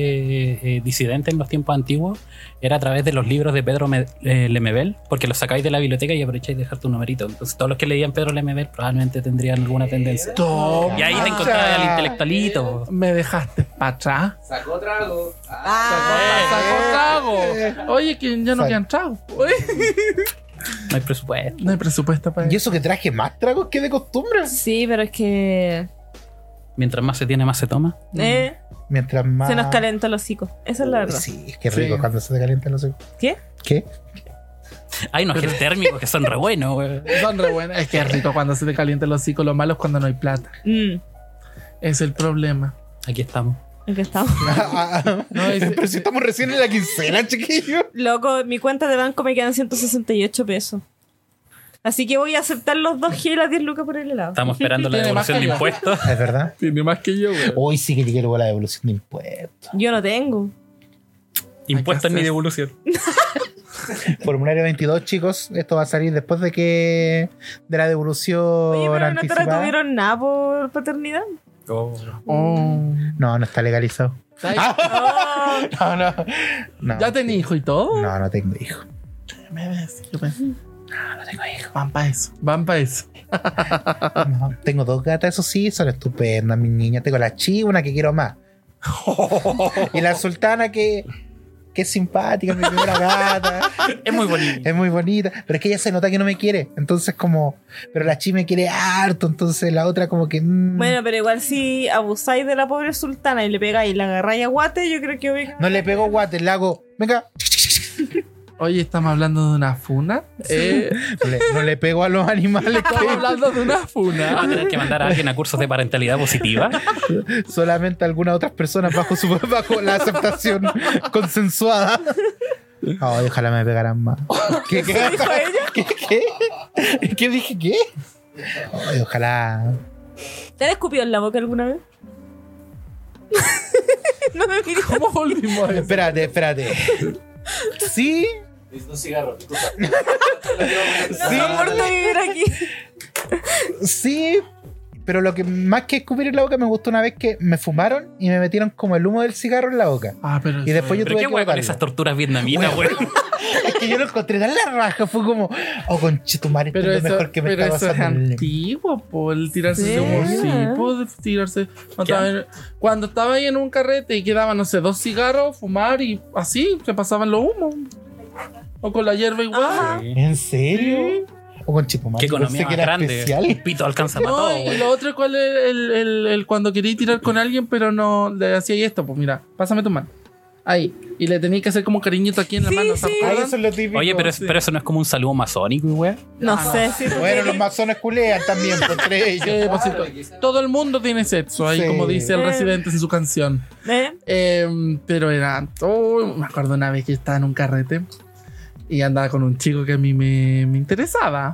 Speaker 3: eh, disidente en los tiempos antiguos era a través de los libros de Pedro Me- eh, Lemebel, porque los sacáis de la biblioteca y aprovecháis de dejar tu numerito. Entonces, todos los que leían Pedro Lemebel probablemente tendrían alguna
Speaker 2: Eh,
Speaker 3: tendencia.
Speaker 4: Toma.
Speaker 3: Y ahí te encontrabas al intelectualito.
Speaker 4: Me dejaste para atrás.
Speaker 5: Sacó trago.
Speaker 4: Ah, sacó trago. Oye, que ya no
Speaker 2: Sac-
Speaker 4: quedan tragos.
Speaker 3: No hay presupuesto.
Speaker 4: No hay presupuesto para
Speaker 2: Y eso
Speaker 4: eso.
Speaker 2: que traje más tragos que de costumbre.
Speaker 1: Sí, pero es que.
Speaker 3: Mientras más se tiene, más se toma.
Speaker 1: eh,
Speaker 2: Mientras más.
Speaker 1: Se nos calentó el hocico. Esa es la verdad.
Speaker 2: Sí, es que rico
Speaker 4: Sí.
Speaker 2: cuando se te calientan los ojos.
Speaker 1: ¿Qué?
Speaker 2: ¿Qué?
Speaker 3: Hay unos gel térmicos que son re buenos, güey.
Speaker 4: Son re buenas. Es que es rico cuando se te calientan los hocico. Lo malo es cuando no hay plata.
Speaker 1: Mm,
Speaker 4: Es el problema.
Speaker 3: Aquí estamos.
Speaker 1: aquí estamos.
Speaker 4: No, es-
Speaker 2: Pero si estamos recién en la quincena, chiquillo.
Speaker 1: Loco, en mi cuenta de banco me quedan 168 pesos. Así que voy a aceptar los dos giros a 10 lucas por el helado.
Speaker 3: Estamos esperando la
Speaker 4: Tiene más
Speaker 3: devolución de
Speaker 4: calidad.
Speaker 3: impuestos.
Speaker 2: Es verdad.
Speaker 4: Tiene más que yo, güey.
Speaker 2: Hoy sí que te quiero la devolución de impuestos.
Speaker 1: Yo no tengo.
Speaker 3: Impuestos ni
Speaker 4: hacer-
Speaker 3: devolución.
Speaker 2: Formulario 22, chicos. Esto va a salir después de que. de la devolución.
Speaker 1: Oye, pero no te
Speaker 2: anticipada.
Speaker 1: retuvieron nada por paternidad.
Speaker 4: Oh.
Speaker 2: No, no está legalizado. Ah.
Speaker 1: Oh,
Speaker 2: No, no. No,
Speaker 4: ¿Ya tenés hijo y todo?
Speaker 2: No, no tengo hijo.
Speaker 4: Me ves, yo pensé. Ah, No, no tengo hijo. Van para eso. Van para eso.
Speaker 2: No, tengo dos gatas, eso sí, son estupendas, mis niñas. Tengo la chi, una que quiero más. y la sultana que, que es simpática, es mi primera gata.
Speaker 3: Es muy bonito.
Speaker 2: Es muy bonita. Pero es que ella se nota que no me quiere. Entonces, como. Pero la chi me quiere harto. Entonces la otra, como que. mm,
Speaker 1: Bueno, pero igual si abusáis de la pobre sultana y le pegáis y la agarráis a guate, yo creo que...
Speaker 2: No le pego guate, le hago. Venga.
Speaker 4: Hoy estamos hablando de una funa. Eh,
Speaker 2: Le- no le pego a los animales
Speaker 4: estamos hablando de una
Speaker 3: Ah, Va a
Speaker 4: funa.
Speaker 3: tener que mandar a alguien a cursos de parentalidad positiva.
Speaker 2: solamente algunas otras personas bajo su bajo la aceptación consensuada. Ay, ojalá me pegaran más. ¿Qué, qué, ¿Qué, qué? ¿Qué dije qué? Ay, ojalá.
Speaker 1: ¿Te han escupido en la boca alguna vez? no me mires.
Speaker 4: ¿Cómo volvimos a eso?
Speaker 2: Espérate, espérate. Sí,
Speaker 5: Necesito un cigarro. tú sabes.
Speaker 1: No
Speaker 2: Sí.
Speaker 1: soporto vivir aquí.
Speaker 2: sí. Pero lo que más que escupir en la boca me gustó una vez que me fumaron y me metieron como el humo del cigarro en la boca.
Speaker 4: Ah, pero
Speaker 2: Y después yo
Speaker 3: Pero
Speaker 2: tuve
Speaker 3: qué
Speaker 2: que
Speaker 3: hueá con
Speaker 2: botarlo.
Speaker 3: esas torturas vietnamitas,
Speaker 2: Weón.
Speaker 3: güey.
Speaker 2: Es que yo lo encontré tan la raja, fue como, oh conchetumare, esto
Speaker 4: Pero
Speaker 2: es
Speaker 4: eso,
Speaker 2: lo mejor que me
Speaker 4: pero
Speaker 2: está
Speaker 4: eso es
Speaker 2: pasando. en el-
Speaker 4: antiguo, po, el tirarse
Speaker 1: Sí.
Speaker 4: de humo. Sí, po, de tirarse. Cuando
Speaker 3: ¿Qué?
Speaker 4: estaba, en, cuando estaba ahí en un carrete y quedaban, no sé, dos cigarros, fumar y así, se pasaban los humos. O con la hierba igual.
Speaker 1: Ajá.
Speaker 2: ¿En serio? Oh, O con Chipumar.
Speaker 3: Qué economía más grande.
Speaker 2: especial.
Speaker 3: Pito alcanza para
Speaker 4: No,
Speaker 3: todo,
Speaker 4: y
Speaker 3: güey.
Speaker 4: lo otro es cuál es el, el- el cuando quería tirar con alguien, pero no le hacía esto, pues mira, pásame tu mano. Ahí. Y le tenía que hacer como cariñito aquí en la
Speaker 1: Sí,
Speaker 4: mano. ¿se
Speaker 1: sí.
Speaker 4: acuerdan?
Speaker 2: Ay, eso es lo típico.
Speaker 3: Oye, pero, es-
Speaker 2: sí.
Speaker 3: pero eso no es como un saludo masónico, güey.
Speaker 1: No
Speaker 4: Ah,
Speaker 1: sé si tú
Speaker 2: Bueno, los
Speaker 1: quieres.
Speaker 2: masones culean también, pues, entre
Speaker 4: Sí,
Speaker 2: ellos.
Speaker 4: pues, sí, to- todo el mundo tiene sexo ahí,
Speaker 2: Sí.
Speaker 4: como dice el
Speaker 1: Eh.
Speaker 4: residente en su canción.
Speaker 1: ¿Eh?
Speaker 4: Eh, pero era. oh, me acuerdo una vez que estaba en un carrete y andaba con un chico que a mí me, me interesaba.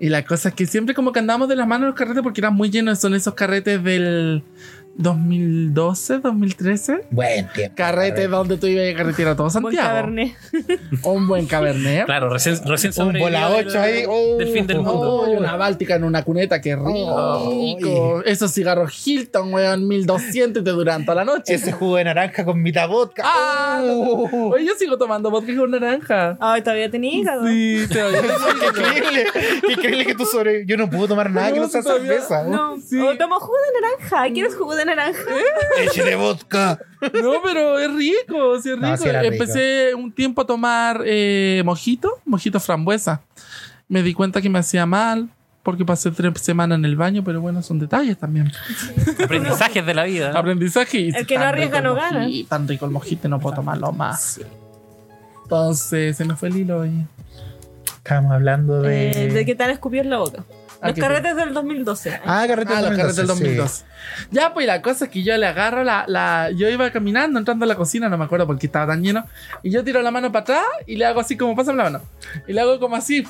Speaker 4: Y la cosa es que siempre como que andábamos de las manos en los carretes porque eran muy llenos. Son esos carretes del 2012, 2013.
Speaker 2: Buen tiempo.
Speaker 4: Carrete donde tú ibas a carretear a todo
Speaker 1: Buen
Speaker 4: Santiago.
Speaker 1: cabernet.
Speaker 4: Un buen cabernet.
Speaker 3: Claro, recién, recién
Speaker 2: Un
Speaker 3: sobrevivió
Speaker 2: bola
Speaker 3: del-
Speaker 2: 8 ahí. oh,
Speaker 3: del fin del
Speaker 2: oh,
Speaker 3: mundo.
Speaker 4: Oh, y una báltica en una cuneta, qué rico.
Speaker 2: Oh.
Speaker 4: Esos cigarros Hilton, weón, 1200 y te duran toda la noche.
Speaker 2: Ese jugo de naranja con mitad vodka.
Speaker 4: Ah,
Speaker 2: Oh,
Speaker 4: Oye, yo sigo tomando vodka con naranja.
Speaker 1: Ay, todavía tenía hígado.
Speaker 4: Sí, todavía
Speaker 2: ¡Qué Oh, increíble! ¡Qué increíble que tú sobre... Yo no puedo tomar nada que no sea
Speaker 4: No, todavía-
Speaker 2: cerveza.
Speaker 1: No,
Speaker 4: Sí.
Speaker 1: o tomo jugo de naranja. ¿Quieres jugo de naranja?
Speaker 2: ¡Échale vodka!
Speaker 4: No, pero es rico, sí es rico.
Speaker 2: No, sí era rico.
Speaker 4: Empecé un tiempo a tomar eh, mojito, mojito frambuesa. Me di cuenta que me hacía mal porque pasé tres semanas en el baño, pero bueno, son detalles también.
Speaker 3: Aprendizajes de la vida. ¿no?
Speaker 4: Aprendizaje. y
Speaker 1: El que no
Speaker 4: tan
Speaker 1: arriesga
Speaker 4: rico el
Speaker 1: no gana.
Speaker 4: moji- Tan rico el mojito, no puedo tomarlo más. Entonces, se me fue el hilo. Y...
Speaker 2: Estamos hablando de...
Speaker 1: Eh, de que te han escupido en la boca.
Speaker 4: Ah,
Speaker 1: Los
Speaker 4: que-
Speaker 1: carretes del 2012.
Speaker 2: Ah, carrete
Speaker 4: Ah,
Speaker 2: del 2012.
Speaker 4: los carretes del
Speaker 2: sí.
Speaker 4: 2002. Ya, pues la cosa es que yo le agarro la, la- Yo iba caminando, entrando a la cocina, no me acuerdo porque estaba tan lleno. Y yo tiro la mano para atrás y le hago así como, pásame la mano. Y le hago como así.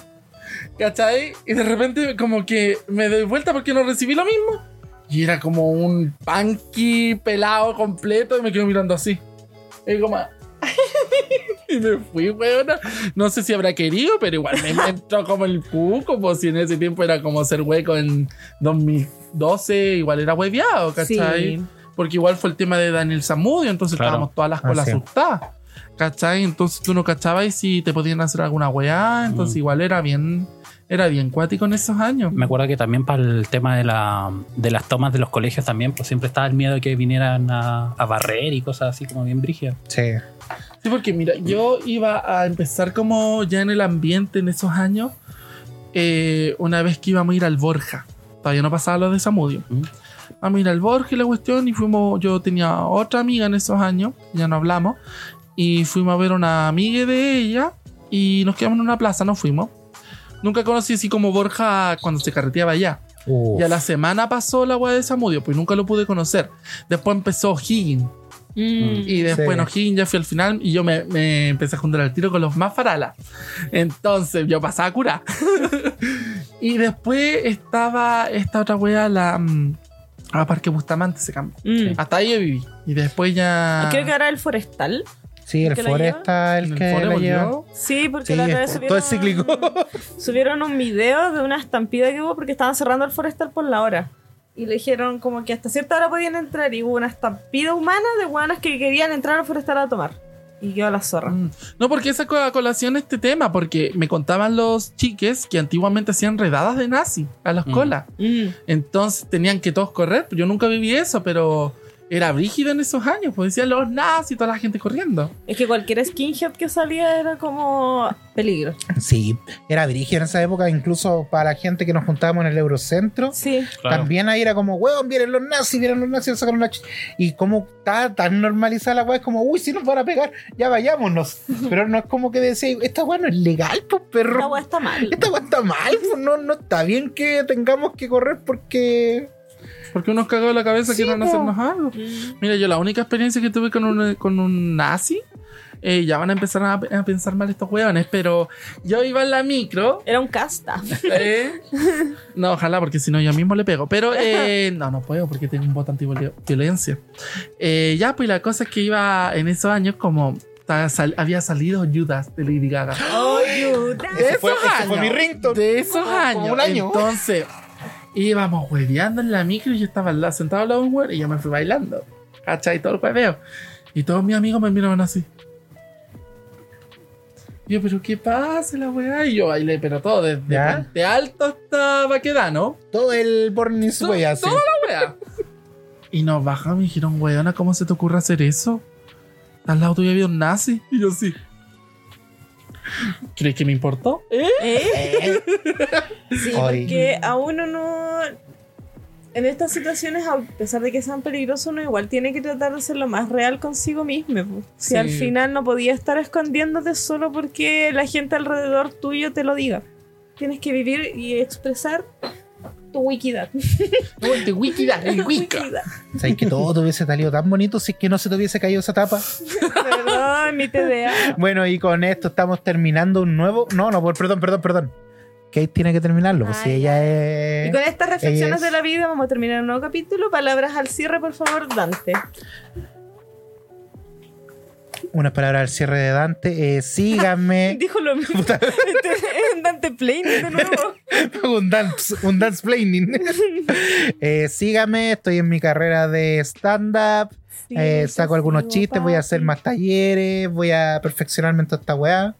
Speaker 4: ¿Cachai? Y de repente como que me doy vuelta porque no recibí lo mismo. Y era como un punky pelado completo y me quedo mirando así. Y como... y me fui, weona. No sé si habrá querido, pero igual me entró como el cuco, como si en ese tiempo era como ser hueco en 2012, igual era hueviado, ¿cachai?
Speaker 1: Sí.
Speaker 4: Porque igual fue el tema de Daniel Zamudio, entonces
Speaker 3: Claro.
Speaker 4: estábamos todas las
Speaker 2: Ah,
Speaker 4: colas
Speaker 2: sí.
Speaker 4: asustadas. ¿Cachai? Entonces tú no cachabas y si te podían hacer alguna weá, entonces
Speaker 3: Mm.
Speaker 4: igual era bien, era bien cuático en esos años.
Speaker 3: Me acuerdo que también para el tema de, la, de las tomas de los colegios también, pues siempre estaba el miedo de que vinieran a, a barrer y cosas así como bien brígidas.
Speaker 2: Sí.
Speaker 4: Sí, porque mira, yo iba a empezar como ya en el ambiente en esos años, eh, una vez que íbamos a ir al Borja. Todavía no pasaba lo de Samudio.
Speaker 3: Mm.
Speaker 4: Vamos a ir al Borja y la cuestión, y fuimos, yo tenía otra amiga en esos años, ya no hablamos, y fuimos a ver a una amiga de ella, y nos quedamos en una plaza, no fuimos. Nunca conocí así como Borja cuando se carreteaba allá.
Speaker 2: Uf.
Speaker 4: Y a la semana pasó la weá de Samudio, pues nunca lo pude conocer. Después empezó Higgins.
Speaker 1: Mm.
Speaker 4: Y después
Speaker 2: Sí.
Speaker 4: en O'Higgins ya fui al final y yo me, me empecé a juntar al tiro con los más faralas. Entonces yo pasaba a curar. y después estaba esta otra wea, la. mm, A Parque Bustamante se cambió.
Speaker 1: Mm.
Speaker 4: Hasta ahí yo viví. Y después ya. mm,
Speaker 1: Creo que ahora el forestal.
Speaker 2: Sí, el
Speaker 1: ¿El que la
Speaker 2: Foresta,
Speaker 4: en
Speaker 2: el
Speaker 4: el
Speaker 2: que
Speaker 4: Fore
Speaker 2: la lleva.
Speaker 4: volvió.
Speaker 1: Sí, porque
Speaker 2: Sí,
Speaker 1: la otra vez
Speaker 2: es-
Speaker 1: subieron,
Speaker 2: todo es cíclico.
Speaker 1: subieron un video de una estampida que hubo porque estaban cerrando el forestal por la hora. Y le dijeron como que hasta cierta hora podían entrar y hubo una estampida humana de humanas que querían entrar al forestal a tomar. Y quedó la zorra.
Speaker 4: Mm. No, porque saco a colación este tema, porque me contaban los chiques que antiguamente hacían redadas de nazi a las
Speaker 3: Mm.
Speaker 4: colas.
Speaker 1: Mm.
Speaker 4: Entonces tenían que todos correr. Yo nunca viví eso, pero era brígido en esos años, pues decían los nazis y toda la gente corriendo.
Speaker 1: Es que cualquier skinhead que salía era como peligro.
Speaker 2: Sí, era dirigido en esa época, incluso para la gente que nos juntábamos en el Eurocentro.
Speaker 1: Sí.
Speaker 3: Claro.
Speaker 2: También ahí era como, weón, vienen los nazis, vienen los nazis, sacaron la ch-". Y como está tan normalizada la weá, es como, uy, si nos van a pegar, ya vayámonos. Pero no es como que decía, esta weá no es legal, pues
Speaker 1: La
Speaker 2: perro.
Speaker 1: weá está mal.
Speaker 2: Esta weá está mal, pues, no, no está bien que tengamos que correr porque.
Speaker 4: Porque unos cagados de la cabeza
Speaker 2: Sí,
Speaker 4: quieren
Speaker 2: po.
Speaker 4: hacernos algo. Mira, yo la única experiencia que tuve con un, con un nazi, eh, ya van a empezar a, a pensar mal estos hueones, pero yo iba en la micro.
Speaker 1: Era un casta.
Speaker 4: eh, no, ojalá, porque si no yo mismo le pego. Pero eh, no, no puedo porque tengo un voto antiviolencia. Eh, ya, pues la cosa es que iba en esos años como ta- sal- había salido Judas de Lady Gaga.
Speaker 1: Oh, Judas.
Speaker 4: De
Speaker 2: Ese fue-
Speaker 4: esos
Speaker 2: ese fue
Speaker 4: años.
Speaker 2: mi ringtone.
Speaker 4: De esos
Speaker 2: Como
Speaker 4: años.
Speaker 2: un año.
Speaker 4: Entonces, íbamos hueveando en la micro y yo estaba al lado- sentado al lado de un huevo y yo me fui bailando. ¿Cachai? Todo el hueveo. Y todos mis amigos me miraban así. Yo, pero ¿qué pasa la weá? Y yo bailé, pero todo, desde
Speaker 2: ¿Ya?
Speaker 4: Puente alto hasta Baquedano.
Speaker 2: Todo el Born is
Speaker 4: Todo-
Speaker 2: Way así.
Speaker 4: toda la weá. Y nos bajan y dijeron, weona, ¿cómo se te ocurre hacer eso? Al lado tuyo había un nazi. Y yo sí. ¿Crees que me importó?
Speaker 1: ¿Eh?
Speaker 2: Eh,
Speaker 1: Sí,
Speaker 2: Ay.
Speaker 1: porque a uno no. En estas situaciones, a pesar de que sean peligrosos, uno igual tiene que tratar de ser lo más real consigo mismo. po. Si
Speaker 4: Sí.
Speaker 1: al final no podía estar escondiéndote solo porque la gente alrededor tuyo te lo diga. Tienes que vivir y expresar tu wikidad.
Speaker 4: No, el de Wikidad, el Wicca.
Speaker 1: Wikidad.
Speaker 2: ¿Sabes que todo te hubiese salido tan bonito si es que no se te hubiese caído esa tapa?
Speaker 1: Perdón, mi TDA.
Speaker 2: Bueno, y con esto estamos terminando un nuevo. No, no, por- perdón, perdón, perdón. Kate tiene que terminarlo, pues si
Speaker 1: Ay,
Speaker 2: ella
Speaker 1: Y
Speaker 2: es.
Speaker 1: con estas reflexiones
Speaker 2: es-
Speaker 1: de la vida vamos a terminar un nuevo capítulo. Palabras al cierre, por favor, Dante.
Speaker 2: Unas palabras al cierre de Dante. Eh, síganme.
Speaker 1: Dijo lo mismo. Este,
Speaker 2: Puta,
Speaker 1: Dante Plain de nuevo.
Speaker 2: un dance, un dance planning. Eh, síganme, estoy en mi carrera de stand-up. Eh, saco algunos chistes, voy a hacer más talleres, voy a perfeccionarme en toda esta weá.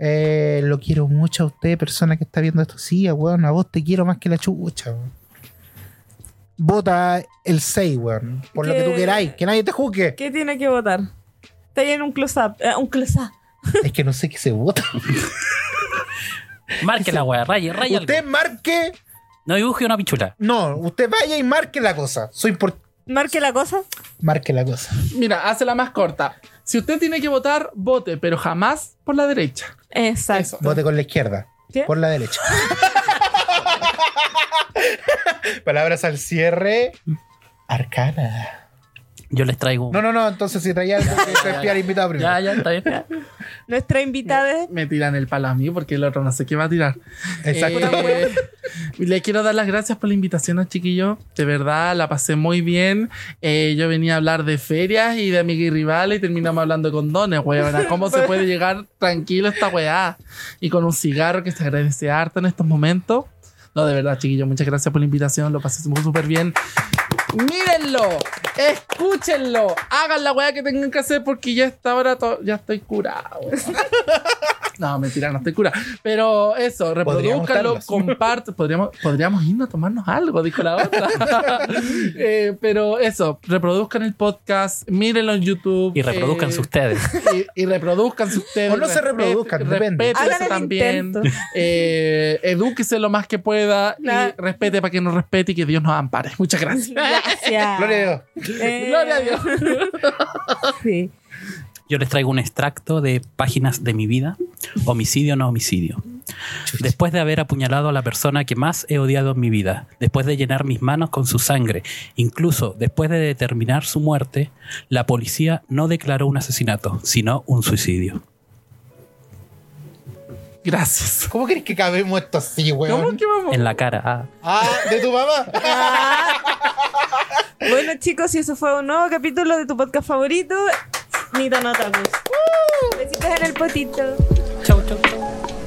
Speaker 2: Eh, lo quiero mucho a usted, persona que está viendo esto. Sí, a weón, a vos te quiero más que la chucha, weón. Vota el 6, weón. Por lo que tú
Speaker 1: Que-
Speaker 2: queráis, que nadie te juzgue.
Speaker 1: ¿Qué tiene que votar? Está ahí en un close-up. eh, un close-up.
Speaker 2: Es que no sé qué se vota.
Speaker 3: Marque la weá, raye, raye algo.
Speaker 2: Usted marque.
Speaker 3: No dibuje una pichula.
Speaker 2: No, usted vaya y marque la cosa. Soy por.
Speaker 1: Marque la cosa.
Speaker 2: Marque la cosa.
Speaker 4: Mira, hace la más corta. Si usted tiene que votar, vote, pero jamás por la derecha.
Speaker 1: Exacto.
Speaker 4: Eso.
Speaker 2: Vote con la izquierda.
Speaker 1: ¿Qué?
Speaker 2: Por la derecha. Palabras al cierre. Arcana.
Speaker 3: Yo les traigo.
Speaker 2: No, no, no. Entonces, si traía algo que espiar invitado primero.
Speaker 3: Ya, ya, está bien.
Speaker 1: Nuestra invitada es
Speaker 4: Me tiran el palo a mí porque el otro no sé qué va a tirar.
Speaker 2: Exacto.
Speaker 4: Eh, le quiero dar las gracias por la invitación a chiquillo. De verdad, la pasé muy bien. Eh, yo venía a hablar de ferias y de amigos y rivales y terminamos hablando con dones, weón. ¿Cómo se puede llegar tranquilo a esta weá? Y con un cigarro que se agradece harto en estos momentos. No, de verdad, chiquillo, muchas gracias por la invitación. Lo pasé muy súper bien. Mírenlo, escúchenlo, hagan la weá que tengan que hacer porque ya está ahora ya estoy curado. weón. No, mentira, no estoy curado. Pero eso, reproduzcanlo,
Speaker 2: estarlo.
Speaker 4: comparte. Podríamos, podríamos irnos a tomarnos algo, dijo la otra. Eh, pero eso, reproduzcan el podcast, mírenlo en YouTube.
Speaker 3: Y reproduzcan
Speaker 4: eh,
Speaker 3: ustedes.
Speaker 4: y, y reproduzcan ustedes.
Speaker 2: O no se reproduzcan, depende.
Speaker 1: Hagan el intento.
Speaker 4: Eh, edúquese lo más que pueda
Speaker 1: Claro.
Speaker 4: y respete para que nos respete y que Dios nos ampare. Muchas gracias.
Speaker 1: Gracias.
Speaker 2: Gloria a Dios.
Speaker 1: Eh,
Speaker 4: Gloria a Dios.
Speaker 1: Sí.
Speaker 3: Yo les traigo un extracto de páginas de mi vida. Homicidio, no homicidio. Después de haber apuñalado a la persona que más he odiado en mi vida, después de llenar mis manos con su sangre, incluso después de determinar su muerte, la policía no declaró un asesinato, sino un suicidio.
Speaker 4: Gracias.
Speaker 2: ¿Cómo crees que cabemos esto así,
Speaker 4: ¿Cómo
Speaker 2: weón?
Speaker 4: que vamos?
Speaker 3: En la cara. ah.
Speaker 2: Ah, de tu mamá.
Speaker 1: Bueno, chicos, y eso fue un nuevo capítulo de tu podcast favorito, Nita Notapus. pues. Besitos en el potito.
Speaker 3: Chau, chau, chau.